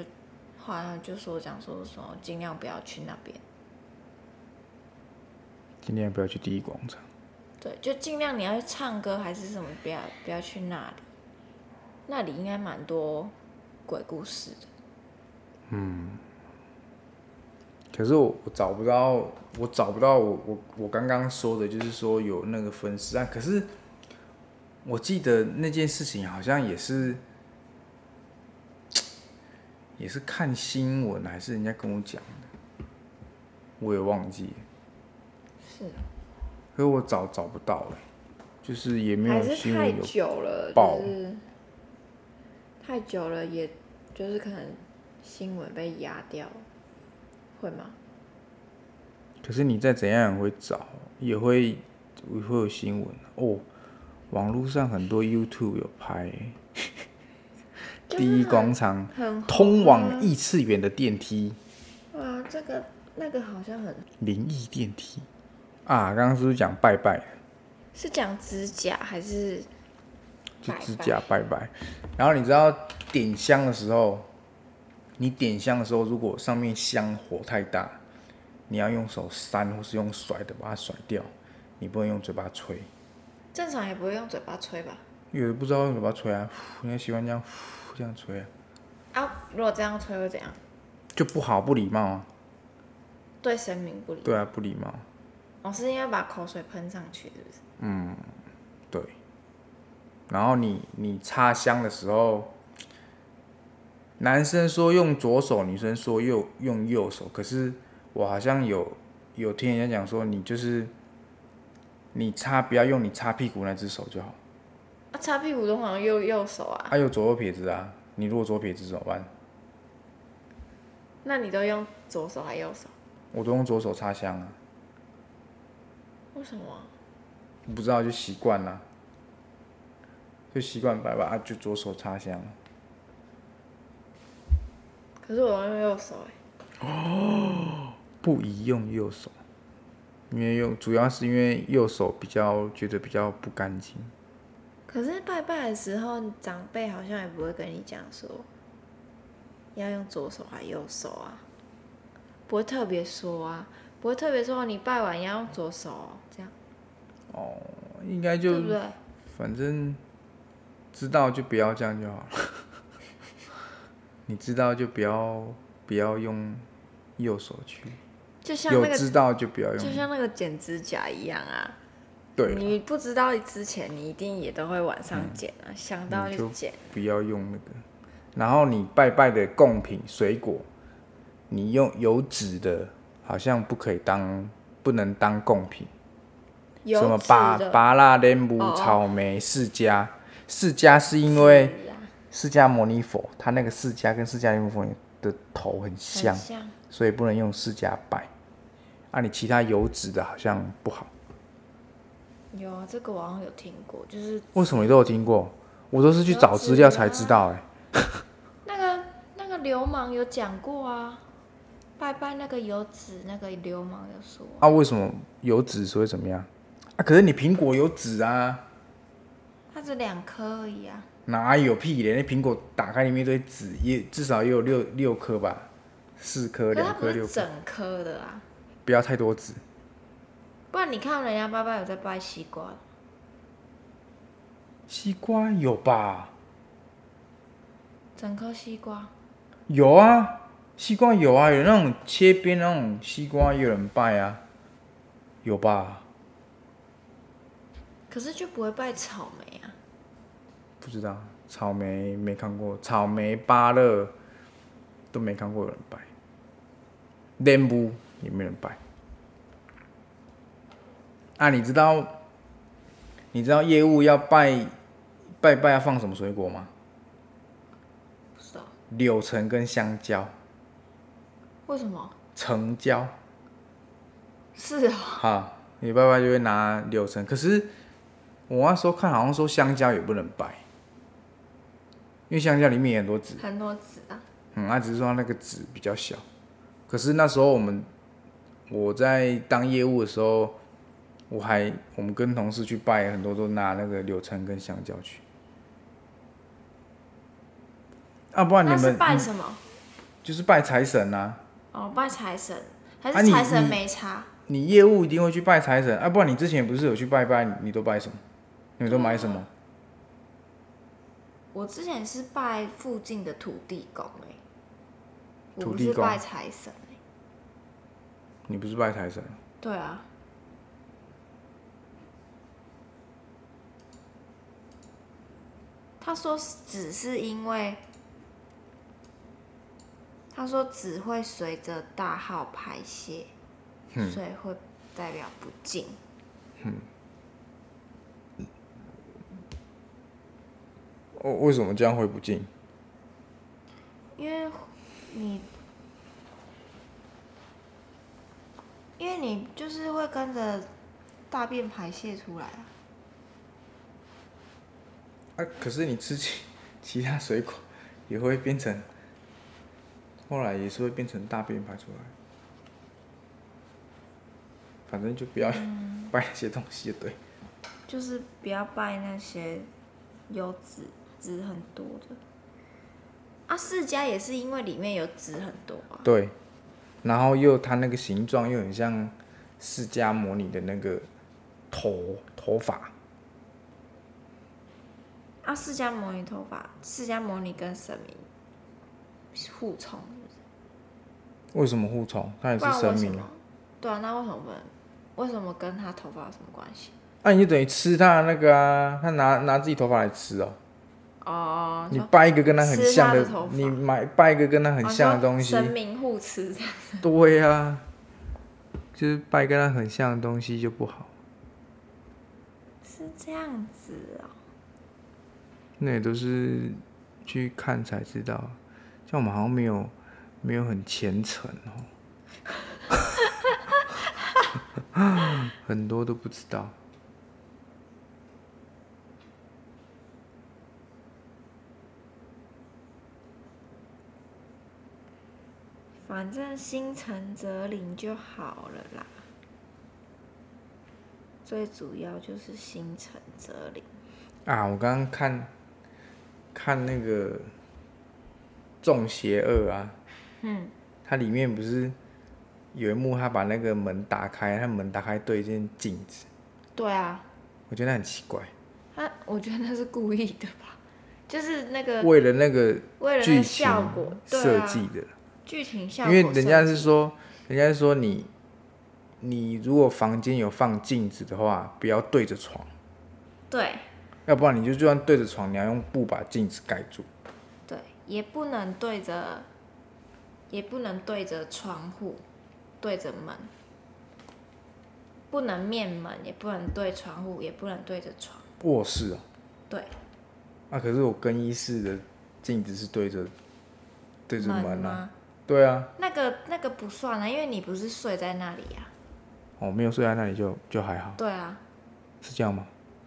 Speaker 2: 后来他就说讲说什么尽量不要去那边，
Speaker 1: 尽量不要去第一广场。
Speaker 2: 对，就尽量你要去唱歌还是什么，不要不要去那里，那里应该蛮多鬼故事的。
Speaker 1: 可是我我找不到，我找不到我我我刚刚说的，就是说有那个分尸案。可是我记得那件事情好像也是，也是看新闻还是人家跟我讲的，我也忘记了。
Speaker 2: 是，
Speaker 1: 可是我找找不到了，就是也没
Speaker 2: 还
Speaker 1: 有
Speaker 2: 是
Speaker 1: 新
Speaker 2: 太
Speaker 1: 闻有
Speaker 2: 久了，
Speaker 1: 报
Speaker 2: 就是太久了，也就是可能新闻被压掉，会吗？
Speaker 1: 可是你再怎样也会找，也会也会有新闻哦。网络上很多 YouTube 有拍、
Speaker 2: 就是
Speaker 1: 第一广场
Speaker 2: 很啊
Speaker 1: 通往异次元的电梯，
Speaker 2: 哇，这个那个好像很
Speaker 1: 灵异电梯啊！刚刚是不是讲拜拜？
Speaker 2: 是讲指甲还是
Speaker 1: 就
Speaker 2: 拜
Speaker 1: 指
Speaker 2: 拜
Speaker 1: 甲拜拜。然后你知道点香的时候，你点香的时候，如果上面香火太大，你要用手扇或是用甩的把它甩掉，你不能用嘴巴吹。
Speaker 2: 正常也不会用嘴巴吹吧？
Speaker 1: 有的不知道用嘴巴吹啊，呼人家喜欢这样呼这样吹啊，
Speaker 2: 啊，如果这样吹会怎样？
Speaker 1: 就不好不礼貌啊。
Speaker 2: 对神明不礼。
Speaker 1: 对啊，不礼貌。
Speaker 2: 我、是应该把口水喷上去，是不是？
Speaker 1: 对。然后你你插香的时候，男生说用左手，女生说右用右手。可是我好像有有听人家讲说，你就是你擦不要用你擦屁股那只手就好。
Speaker 2: 啊，擦屁股都好像右右手啊，
Speaker 1: 还、有左右撇子啊，你如果左撇子怎么办？
Speaker 2: 那你都用左手还右手？
Speaker 1: 我都用左手插香啊，
Speaker 2: 为什么啊？
Speaker 1: 不知道就习惯了，就习惯摆吧，啊就左手插香。
Speaker 2: 可是我都用右手哎、
Speaker 1: 不宜用右手，因为用主要是因为右手比较觉得比较不干净。
Speaker 2: 可是拜拜的时候，长辈好像也不会跟你讲说要用左手还右手啊，不会特别说啊，不会特别说哦你拜完要用左手哦、这样，
Speaker 1: 应该就
Speaker 2: 对不对？
Speaker 1: 反正知道就不要这样就好了。 你知道就不要不要用右手去，
Speaker 2: 就像
Speaker 1: 有
Speaker 2: 那个
Speaker 1: 知道就不要
Speaker 2: 就
Speaker 1: 用。
Speaker 2: 像那个剪指甲一样啊，
Speaker 1: 对了，
Speaker 2: 你不知道之前，你一定也都会晚上剪啊，想到
Speaker 1: 你
Speaker 2: 就剪。
Speaker 1: 不要用那个。然后你拜拜的贡品水果，你用油脂的，好像不可以当不能当贡品。嗯
Speaker 2: 油
Speaker 1: 什么
Speaker 2: 脂
Speaker 1: 芭
Speaker 2: 的
Speaker 1: 芭拉莲姆
Speaker 2: 哦哦
Speaker 1: 草莓释迦，释迦是因为
Speaker 2: 脂啊
Speaker 1: 释迦牟尼佛，他那个释迦跟释迦牟尼佛的头很像，
Speaker 2: 啊很像
Speaker 1: 所以不能用释迦拜。啊，你其他油脂的好像不好，
Speaker 2: 有啊，这个我好像有听过，就是
Speaker 1: 为什么你都有听过？我都是去找资料才知
Speaker 2: 啊
Speaker 1: 道、欸，哎，
Speaker 2: 那个那个流氓有讲过啊，拜拜那个油脂那个流氓有说，
Speaker 1: 啊，为什么油脂是会怎么样？啊，可是你苹果有籽啊，
Speaker 2: 它只两颗而已啊，
Speaker 1: 哪有屁咧？那苹果打开里面一堆籽，也至少也有六六颗吧，四颗、
Speaker 2: 可是它
Speaker 1: 两
Speaker 2: 不
Speaker 1: 颗、六
Speaker 2: 是
Speaker 1: 颗，
Speaker 2: 整颗的啊，
Speaker 1: 不要太多籽。
Speaker 2: 不然你看人家拜拜有在拜西瓜的，
Speaker 1: 西瓜有吧？
Speaker 2: 整颗西瓜，
Speaker 1: 有啊，西瓜有啊，有那种切边那种西瓜，也有人拜啊，有吧？
Speaker 2: 可是就不会拜草莓啊，
Speaker 1: 不知道，草莓没看过，草莓、芭乐都没看过有人拜，莲雾也没人拜。啊，你知道，你知道业务要拜拜拜要放什么水果吗？
Speaker 2: 不知道
Speaker 1: 柳橙跟香蕉，
Speaker 2: 为什么
Speaker 1: 橙蕉。
Speaker 2: 是啊，
Speaker 1: 好，你拜拜就会拿柳橙。可是我那时候看好像说香蕉也不能拜，因为香蕉里面也很多籽，
Speaker 2: 很多籽啊，
Speaker 1: 嗯，它、只是说它那个籽比较小。可是那时候我们我在当业务的时候，我还我们跟同事去拜，很多都拿那个柳橙跟香蕉去。啊，不然
Speaker 2: 那
Speaker 1: 你
Speaker 2: 是
Speaker 1: 们
Speaker 2: 拜什么？
Speaker 1: 就是拜财神啊，
Speaker 2: 哦，拜财神还
Speaker 1: 啊
Speaker 2: 是
Speaker 1: 你
Speaker 2: 财神
Speaker 1: 你
Speaker 2: 没差？
Speaker 1: 你业务一定会去拜财神啊，不然你之前不是有去拜拜，你都拜什么？你都买什么？
Speaker 2: 我之前是拜附近的土地公哎、我
Speaker 1: 土
Speaker 2: 不
Speaker 1: 地
Speaker 2: 是
Speaker 1: 公
Speaker 2: 拜财神哎、
Speaker 1: 你不是拜财神？
Speaker 2: 对啊，他说只是因为，他说只会随着大号排泄，所以会代表不敬。
Speaker 1: 哦，为什么这样会不敬？
Speaker 2: 因为你，因为你就是会跟着大便排泄出来啊。
Speaker 1: 啊，可是你吃其 其他水果也会变成，后来也是会变成大便排出来。反正就不要
Speaker 2: 嗯
Speaker 1: 拜那些东西就对。
Speaker 2: 就是不要拜那些有籽籽很多的。啊，释迦也是因为里面有籽很多啊。
Speaker 1: 对，然后又它那个形状又很像释迦摩尼的那个头头发，
Speaker 2: 啊，释迦牟尼头发，释迦牟尼跟神明互冲，
Speaker 1: 为什么互虫？它也
Speaker 2: 不
Speaker 1: 是
Speaker 2: 然
Speaker 1: 神
Speaker 2: 为什
Speaker 1: 明
Speaker 2: 么
Speaker 1: 啊，？
Speaker 2: 对啊，那为什么不能？为什么跟他头发有什么关系？
Speaker 1: 那、啊你就等于吃它的那个啊，它拿拿自己头发来吃哦。
Speaker 2: 哦，
Speaker 1: 你掰一个跟它很
Speaker 2: 吃
Speaker 1: 像
Speaker 2: 它的
Speaker 1: 的，
Speaker 2: 头发
Speaker 1: 你买掰一个跟它很
Speaker 2: 哦你
Speaker 1: 像的
Speaker 2: 说
Speaker 1: 东西，啊
Speaker 2: 神明互吃这样。
Speaker 1: 对呀、就是掰跟它很像的东西就不好。
Speaker 2: 这样子哦。
Speaker 1: 那也都是去看才知道，像我们好像没有没有很虔诚哦，哦 很多都不知道。
Speaker 2: 反正心诚则灵就好了啦。最主要就是心诚则灵。
Speaker 1: 啊，我刚刚看看那个《众邪恶》啊，
Speaker 2: 嗯，
Speaker 1: 它里面不是有一幕，他把那个门打开，他门打开对一件镜子，
Speaker 2: 对啊，
Speaker 1: 我觉得很奇怪，
Speaker 2: 他我觉得那是故意的吧，就是那个
Speaker 1: 为了那个
Speaker 2: 为了那
Speaker 1: 剧情
Speaker 2: 个效果，对
Speaker 1: 设
Speaker 2: 啊，
Speaker 1: 计的，
Speaker 2: 剧情效
Speaker 1: 因
Speaker 2: 果
Speaker 1: 为
Speaker 2: 设计，
Speaker 1: 人家是说，人家是说你你如果房间有放镜子的话，不要对着床，
Speaker 2: 对
Speaker 1: 要不然你就就算对着床，你要用布把镜子盖住。
Speaker 2: 对，也不能对着，也不能对着窗户，对着门，不能面门，也不能对窗户，也不能对着床，
Speaker 1: 卧室啊，
Speaker 2: 对，
Speaker 1: 啊，可是我更衣室的镜子是对着对着门啊，
Speaker 2: 吗？
Speaker 1: 对啊，
Speaker 2: 那个那个不算啊，因为你不是睡在那里呀、
Speaker 1: 哦，没有睡在那里就就还好，
Speaker 2: 对啊，
Speaker 1: 是这样吗？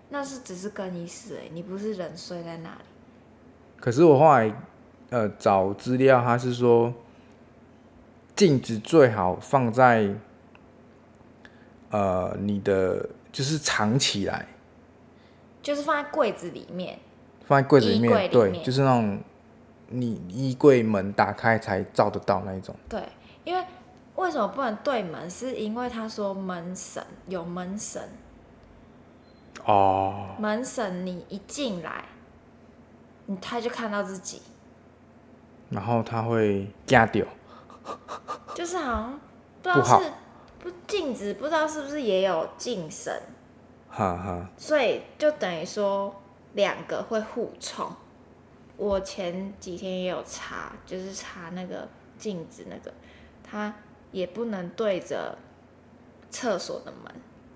Speaker 2: 那是只是更衣室哎、你不是人睡在那里。
Speaker 1: 可是我后来呃找资料，他是说镜子最好放在呃你的就是藏起来，
Speaker 2: 就是放在柜子里面。
Speaker 1: 放在柜子里
Speaker 2: 衣
Speaker 1: 面，
Speaker 2: 柜里
Speaker 1: 对，
Speaker 2: 面
Speaker 1: 就是那种你衣柜门打开才照得到那一种。
Speaker 2: 对，因为为什么不能对门？是因为他说门神有门神，
Speaker 1: 哦，
Speaker 2: 门神你一进来，你他就看到自己，
Speaker 1: 然后它会压掉，
Speaker 2: 就是好像不知
Speaker 1: 不好
Speaker 2: 道是不镜子，不知道是不是也有镜神，
Speaker 1: 哈哈，
Speaker 2: 所以就等于说两个会互冲。我前几天也有查，就是查那个镜子那个，它也不能对着厕所的门。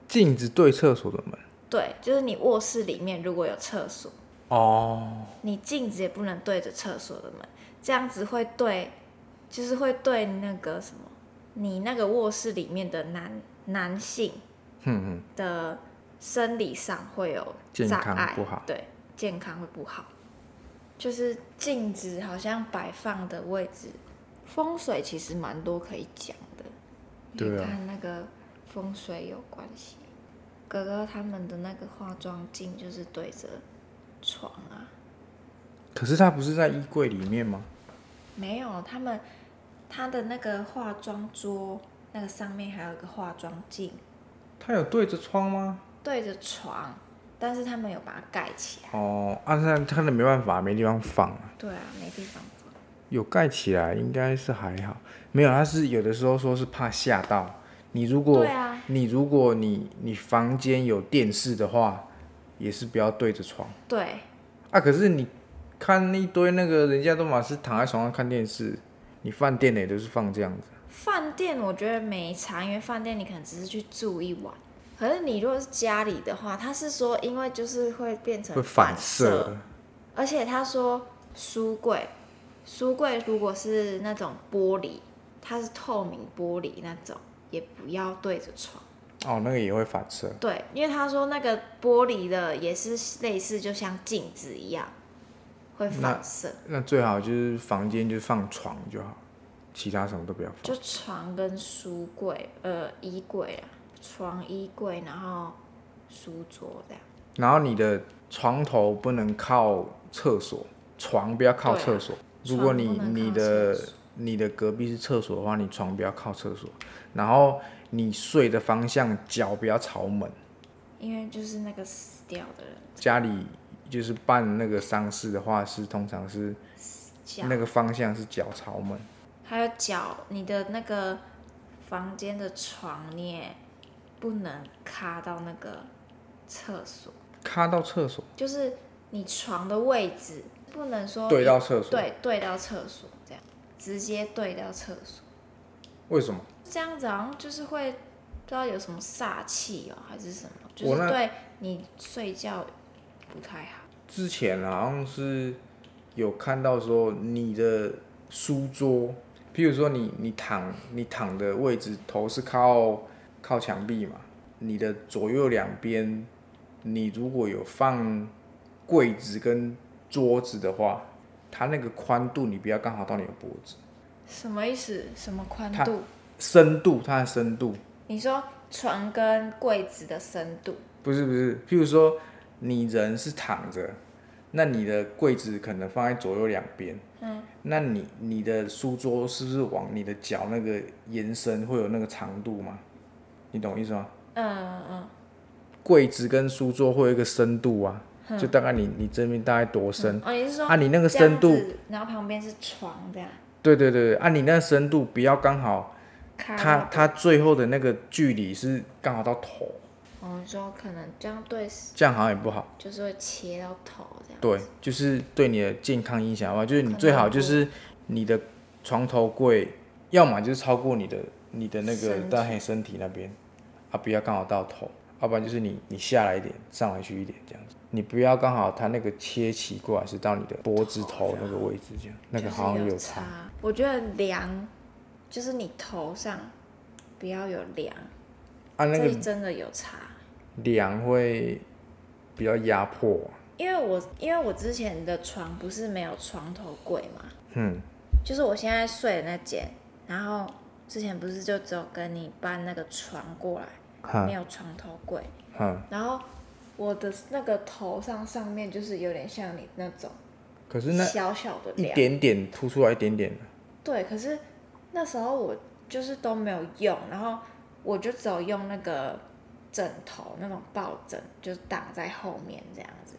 Speaker 1: 镜子对厕所的门。
Speaker 2: 对，就是你卧室里面如果有厕所，
Speaker 1: 哦，
Speaker 2: 你镜子也不能对着厕所的门，这样子会对，就是会对那个什么，你那个卧室里面的男男性
Speaker 1: 哼哼，
Speaker 2: 的生理上会有
Speaker 1: 健
Speaker 2: 障
Speaker 1: 康
Speaker 2: 碍，
Speaker 1: 不好
Speaker 2: 对，健康会不好。就是镜子好像摆放的位置，风水其实蛮多可以讲的，
Speaker 1: 对啊
Speaker 2: 看那个风水有关系。哥哥他们的那个化妆镜就是对着床啊，
Speaker 1: 可是它不是在衣柜里面吗？
Speaker 2: 没有他们他的那个化妆桌那个上面还有一个化妆镜
Speaker 1: 它有对着窗吗？
Speaker 2: 对着床，但是他们有把它盖起来。
Speaker 1: 哦，啊，那它那没办法，没地方放啊。
Speaker 2: 对啊，没地方放。
Speaker 1: 有盖起来应该是还好，没有，它是有的时候说是怕吓到你。如果、
Speaker 2: 对啊
Speaker 1: 你如果你你房间有电视的话，也是不要对着床
Speaker 2: 对，
Speaker 1: 啊。可是你看一堆那个人家都嘛是躺在床上看电视，你饭店里都是放这样子。
Speaker 2: 饭店我觉得没差，因为饭店你可能只是去住一晚。可是你如果是家里的话，他是说因为就是会变成
Speaker 1: 会反射，
Speaker 2: 而且他说书柜，书柜如果是那种玻璃，它是透明玻璃那种，也不要对着床。
Speaker 1: 哦，那个也会反射，
Speaker 2: 对，因为他说那个玻璃的也是类似，就像镜子一样，会反射。
Speaker 1: 那最好就是房间就放床就好，其他什么都不要放。
Speaker 2: 就床跟书柜，呃，衣柜啊，床、衣柜，然后书桌这样。
Speaker 1: 然后你的床头不能靠厕所，床不要靠
Speaker 2: 对啊
Speaker 1: 厕所。如
Speaker 2: 床
Speaker 1: 果
Speaker 2: 不
Speaker 1: 你
Speaker 2: 能
Speaker 1: 你
Speaker 2: 靠
Speaker 1: 的
Speaker 2: 厕所
Speaker 1: 你的隔壁是厕所的话，你床不要靠厕所，然后你睡的方向脚不要朝门。
Speaker 2: 因为就是那个死掉的人
Speaker 1: 家里就是办那个丧事的话，是通常是
Speaker 2: 脚，
Speaker 1: 那个方向是脚朝门。
Speaker 2: 还有脚，你的那个房间的床你也不能卡到那个厕所，
Speaker 1: 卡到厕所，
Speaker 2: 就是你床的位置不能说
Speaker 1: 对到厕所，
Speaker 2: 哦对对到厕所这样，直接对到厕所，
Speaker 1: 为什么？
Speaker 2: 这样子好像就是会不知道有什么煞气哦，还是什么，就
Speaker 1: 我
Speaker 2: 是
Speaker 1: 那
Speaker 2: 对你睡觉不太好。
Speaker 1: 之前好像是有看到说你的书桌，譬如说你你躺你躺的位置头是靠靠墙壁嘛，你的左右两边，你如果有放柜子跟桌子的话，它那个宽度你不要刚好到你的脖子，
Speaker 2: 什么意思？什么宽
Speaker 1: 它
Speaker 2: 度？
Speaker 1: 深度它的深度
Speaker 2: 你说床跟柜子的深度？
Speaker 1: 不是不是，譬如说你人是躺着，那你的柜子可能放在左右两边，嗯，那你你的书桌是不是往你的脚那个延伸会有那个长度吗？你懂意思吗？
Speaker 2: 嗯嗯
Speaker 1: 柜子跟书桌会有一个深度啊，就大概你你这边大概多深？
Speaker 2: 嗯嗯。哦，你是说
Speaker 1: 啊，你那个
Speaker 2: 这样
Speaker 1: 深度，
Speaker 2: 子然后旁边是床这样？
Speaker 1: 对对对对，啊，你那个深度不要刚好，
Speaker 2: 卡
Speaker 1: 它它最后的那个距离是刚好到头，
Speaker 2: 我们哦说可能这样对，
Speaker 1: 这样好像也不好。
Speaker 2: 就是会切到头这样。
Speaker 1: 对，就是对你的健康影响的话，就是你最好就是你的床头柜，要么就是超过你的你的那个
Speaker 2: 身体
Speaker 1: 大黑身体那边，啊，不要刚好到头，要不然就是你你下来一点，上来去一点这样子，你不要刚好它那个切起过来是到你的脖子头那个位置这样，那个
Speaker 2: 就是
Speaker 1: 好像有差
Speaker 2: 差。我觉得梁就是你头上不要有梁，
Speaker 1: 啊，那
Speaker 2: 这
Speaker 1: 个
Speaker 2: 真的有差。
Speaker 1: 梁会比较压迫啊、
Speaker 2: 因为我因为我之前的床不是没有床头柜嘛，
Speaker 1: 嗯，
Speaker 2: 就是我现在睡的那间，然后之前不是就只有跟你搬那个床过来，
Speaker 1: 哈，
Speaker 2: 没有床头柜，
Speaker 1: 哈，
Speaker 2: 然后我的那个头上上面就是有点像你那种
Speaker 1: 可是那
Speaker 2: 小小的
Speaker 1: 一
Speaker 2: 梁，
Speaker 1: 点点凸出来一点点，
Speaker 2: 对，可是那时候我就是都没有用，然后我就只有用那个枕头那种抱枕，就是挡在后面这样子。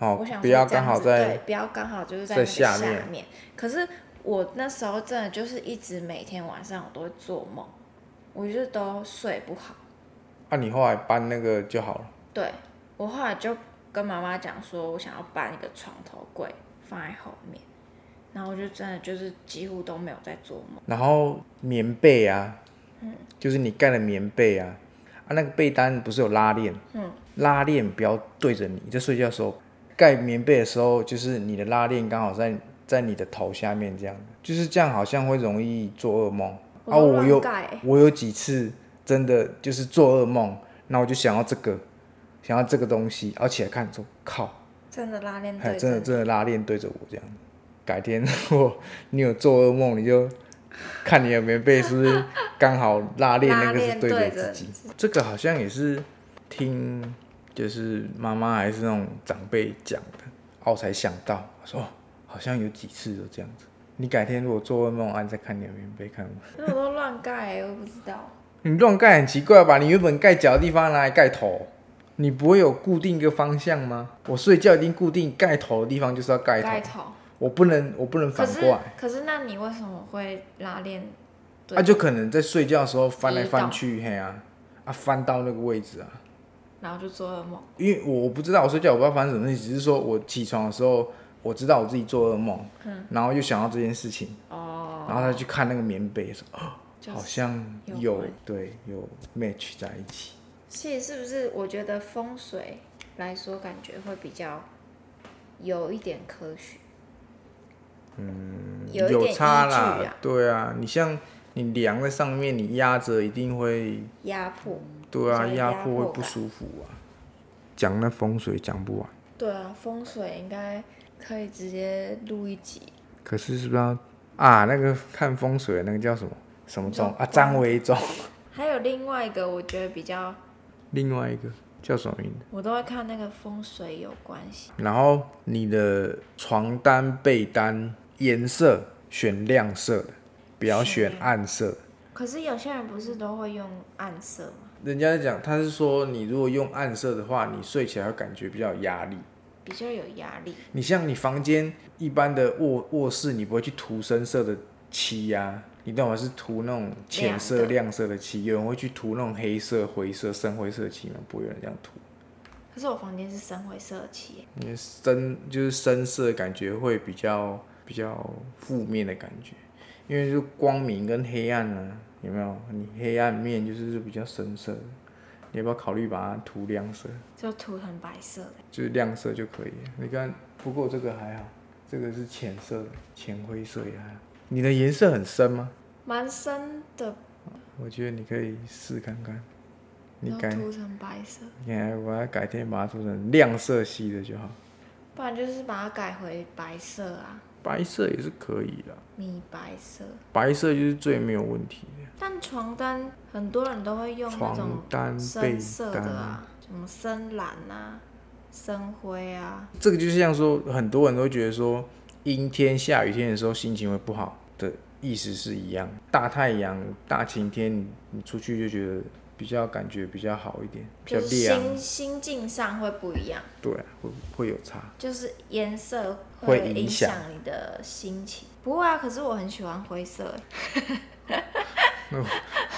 Speaker 1: 哦
Speaker 2: 我想，
Speaker 1: 不
Speaker 2: 说
Speaker 1: 要
Speaker 2: 这样
Speaker 1: 刚好
Speaker 2: 子
Speaker 1: 在
Speaker 2: 对，不要刚好就是
Speaker 1: 在
Speaker 2: 在那个
Speaker 1: 下
Speaker 2: 下
Speaker 1: 面
Speaker 2: 面。可是我那时候真的就是一直每天晚上我都会做梦，我就都睡不好。
Speaker 1: 啊，你后来搬那个就好了。
Speaker 2: 对我后来就跟妈妈讲说，我想要搬一个床头柜放在后面，然后我就真的就是几乎都没有在做梦。
Speaker 1: 然后棉被啊，
Speaker 2: 嗯
Speaker 1: 就是你盖的棉被啊，啊，那个被单不是有拉链，
Speaker 2: 嗯，
Speaker 1: 拉链不要对着你，在睡觉的时候盖棉被的时候，就是你的拉链刚好在在你的头下面这样，就是这样好像会容易做噩梦啊。
Speaker 2: 我都
Speaker 1: 我
Speaker 2: 乱
Speaker 1: 有
Speaker 2: 盖欸
Speaker 1: 我有几次真的就是做噩梦，那我就想要这个，想要这个东西，而且看说靠，
Speaker 2: 真的拉链
Speaker 1: 哎，
Speaker 2: 对
Speaker 1: 真的
Speaker 2: 着
Speaker 1: 真的拉链对着我这样，改天 我你有做噩梦，你就看你的棉被是不是刚好拉链那个是对着自己。这个好像也是听就是妈妈还是那种长辈讲的，哦，我才想到，我说、哦、好像有几次都这样子。你改天如果做噩梦，啊，你再看你的棉被看吗？
Speaker 2: 可是我都乱盖、欸，我不知道。
Speaker 1: 你乱盖很奇怪吧？你原本盖脚的地方拿来盖头，你不会有固定一个方向吗？我睡觉一定固定盖头的地方就是要盖头
Speaker 2: 盖。头。
Speaker 1: 我不能，我不能
Speaker 2: 可
Speaker 1: 反
Speaker 2: 是
Speaker 1: 过来，
Speaker 2: 可是那你为什么会拉链？对
Speaker 1: 啊，就可能在睡觉的时候翻来
Speaker 2: 移
Speaker 1: 翻
Speaker 2: 动
Speaker 1: 去，嘿啊，啊翻到那个位置啊，
Speaker 2: 然后就做噩梦。
Speaker 1: 因为我我不知道我睡觉我不知道发生什么事情，只是说我起床的时候我知道我自己做噩梦，然后又想到这件事情，
Speaker 2: 嗯哦，
Speaker 1: 然后他去看那个棉被，说哦
Speaker 2: 就
Speaker 1: 好
Speaker 2: 是
Speaker 1: 像
Speaker 2: 有
Speaker 1: 有
Speaker 2: 关
Speaker 1: 对有 match 在一起，
Speaker 2: 其实是不是？我觉得风水来说，感觉会比较有一点科学。嗯，有一点依据
Speaker 1: 差啦，
Speaker 2: 啊，
Speaker 1: 对啊，你像你量在上面，你压着一定会
Speaker 2: 压迫。
Speaker 1: 对啊，
Speaker 2: 比较
Speaker 1: 压
Speaker 2: 压
Speaker 1: 迫会
Speaker 2: 迫
Speaker 1: 不
Speaker 2: 感
Speaker 1: 舒服啊，讲那风水讲不完。
Speaker 2: 对啊，风水应该可以直接录一集。
Speaker 1: 可是是不是要啊？那个看风水的那个叫什么什么钟
Speaker 2: 你说
Speaker 1: 啊？张维忠，
Speaker 2: 还有另外一个，我觉得比较，
Speaker 1: 另外一个叫什么名字？
Speaker 2: 我都会看那个风水有关系。
Speaker 1: 然后你的床单被单颜色选亮色的，不要选暗色的。
Speaker 2: 可是有些人不是都会用暗色吗？
Speaker 1: 人家在讲，他是说你如果用暗色的话，你睡起来会感觉比较有压力。
Speaker 2: 比较有压力。
Speaker 1: 你像你房间一般的卧卧室，你不会去涂深色的漆呀、你懂吗？是涂那种浅色、
Speaker 2: 亮的
Speaker 1: 亮色的漆，有人会去涂那种黑色、灰色、深灰色的漆吗？不会有人这样涂。
Speaker 2: 可是我房间是深灰色的漆耶，
Speaker 1: 因为深就是深色，感觉会比较比较负面的感觉，因为啊就光明跟黑暗呢、有没有？你黑暗面就是比较深色的，你要不要考虑把它涂亮色？
Speaker 2: 就涂成白色的。
Speaker 1: 就是亮色就可以了。你看，不过这个还好，这个是浅色的，浅灰色也还好。你的颜色很深吗？
Speaker 2: 蛮深的，
Speaker 1: 我觉得你可以试看看。你
Speaker 2: 然后
Speaker 1: 改，
Speaker 2: 涂成白色，
Speaker 1: 你还我要改天把它涂成亮色系的就好，
Speaker 2: 不然就是把它改回白色啊，
Speaker 1: 白色也是可以的。
Speaker 2: 米白色。
Speaker 1: 白色就是最没有问题的。
Speaker 2: 但床单很多人都会用那
Speaker 1: 床
Speaker 2: 种
Speaker 1: 单、被
Speaker 2: 深色
Speaker 1: 单
Speaker 2: 的，啊，什么深蓝啊、深灰啊，
Speaker 1: 这个就像说，很多人都觉得说，阴天、下雨天的时候心情会不好的意思是一样。大太阳、大晴天，你出去就觉得比较感觉比较好一点，比较
Speaker 2: 就是
Speaker 1: 亮。
Speaker 2: 心心境上会不一样，
Speaker 1: 对啊、会会有差。
Speaker 2: 就是颜色
Speaker 1: 会影
Speaker 2: 影
Speaker 1: 响
Speaker 2: 响你的心情。不会啊，可是我很喜欢灰色，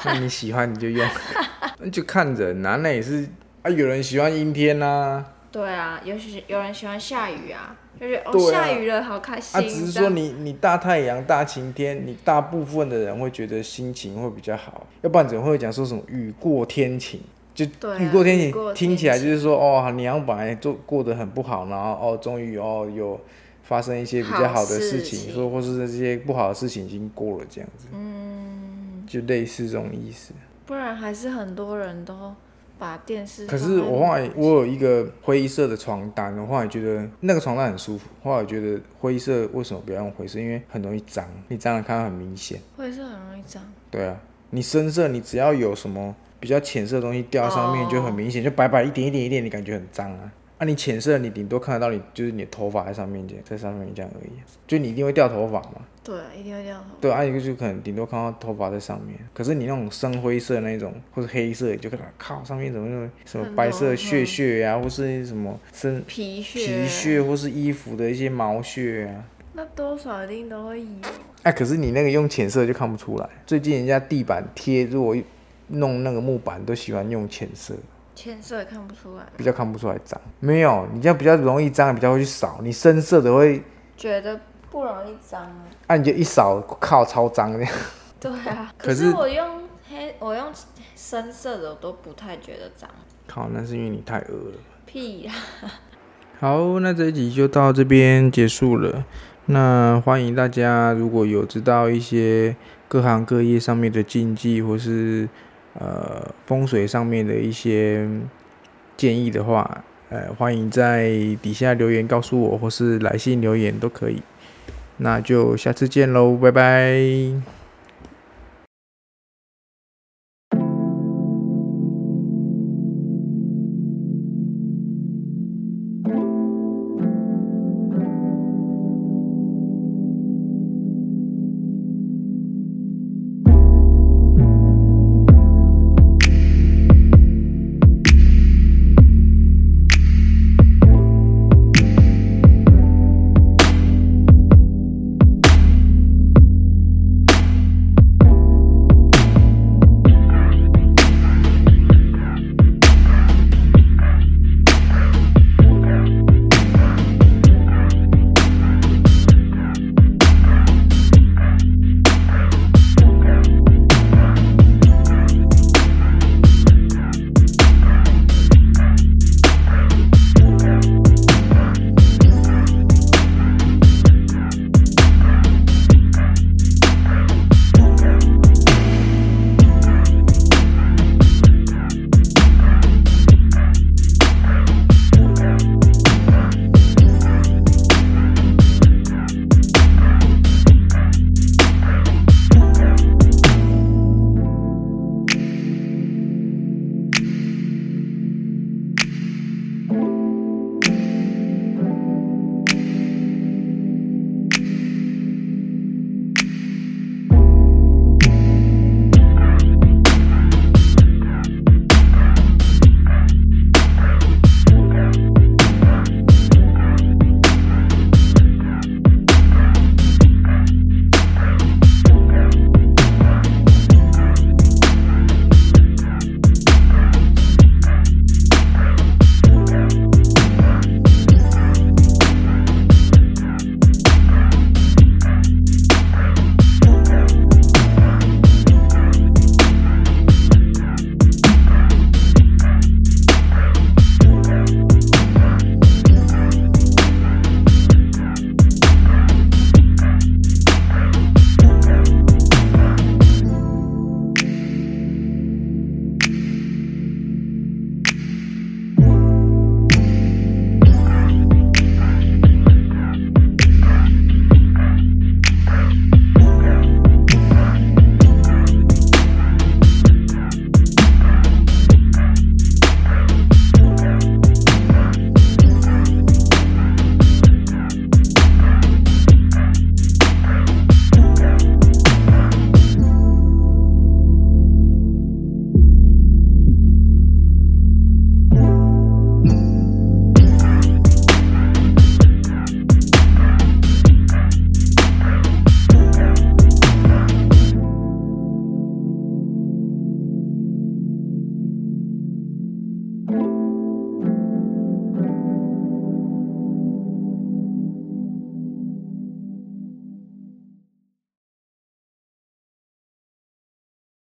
Speaker 1: 那你喜欢你就用， 那就看人啊。那也是啊，有人喜欢阴天呐、啊，
Speaker 2: 对啊，尤其是有人喜欢下雨啊，就是哦、
Speaker 1: 对啊
Speaker 2: 下雨了好开心。
Speaker 1: 啊，只是
Speaker 2: 这
Speaker 1: 说
Speaker 2: 样
Speaker 1: 你你大太阳、大晴天，你大部分的人会觉得心情会比较好，要不然怎么会讲说什么雨过天晴？就
Speaker 2: 对啊
Speaker 1: 雨过天晴，
Speaker 2: 雨过天晴
Speaker 1: 听起来就是说哦，你好像本来就过得很不好，然后哦，终于哦有发生一些比较好的事
Speaker 2: 好事
Speaker 1: 情，
Speaker 2: 情
Speaker 1: 说或是这些不好的事情已经过了这样子，
Speaker 2: 嗯，
Speaker 1: 就类似这种意思。
Speaker 2: 不然还是很多人都把电视
Speaker 1: 可
Speaker 2: 放在。
Speaker 1: 是我后来我有一个灰色的床单，我后来觉得那个床单很舒服。后来我觉得灰色为什么不要用灰色？因为很容易脏，你脏了看到很明显。
Speaker 2: 灰色很容易脏，
Speaker 1: 对啊，你深色你只要有什么比较浅色的东西掉在上面，
Speaker 2: 哦
Speaker 1: 就很明显，就白白一点一点一点，你感觉很脏啊。啊，你浅色你顶多看得到你就是你的头发在上面这样，在上面这样而已啊，就你一定会掉头发嘛。
Speaker 2: 对啊，一定会掉头。
Speaker 1: 对，啊，一个就可能顶多看到头发在上面，可是你那种深灰色那种或者黑色，你就看到靠上面怎么那种什么
Speaker 2: 很
Speaker 1: 白
Speaker 2: 多
Speaker 1: 色
Speaker 2: 嗯
Speaker 1: 血血啊，或是什么深
Speaker 2: 皮屑，
Speaker 1: 皮屑或是衣服的一些毛屑啊。
Speaker 2: 那多少一定都会有。
Speaker 1: 哎、可是你那个用浅色就看不出来。最近人家地板贴，如果弄那个木板都喜欢用浅色，
Speaker 2: 浅色也看不出来，
Speaker 1: 比较看不出来脏。没有，你这样比较容易脏，比较会去扫。你深色的会，
Speaker 2: 觉得不容易脏啊。
Speaker 1: 啊，你就一扫，靠，超脏的。
Speaker 2: 对啊，
Speaker 1: 可
Speaker 2: 可
Speaker 1: 是
Speaker 2: 是我用黑，我用深色的我都不太觉得脏，
Speaker 1: 靠，那是因为你太恶了。
Speaker 2: 屁呀、
Speaker 1: 好，那这一集就到这边结束了。那欢迎大家，如果有知道一些各行各业上面的禁忌，或是呃风水上面的一些建议的话，呃，欢迎在底下留言告诉我，或是来信留言都可以。那就下次见喽，拜拜。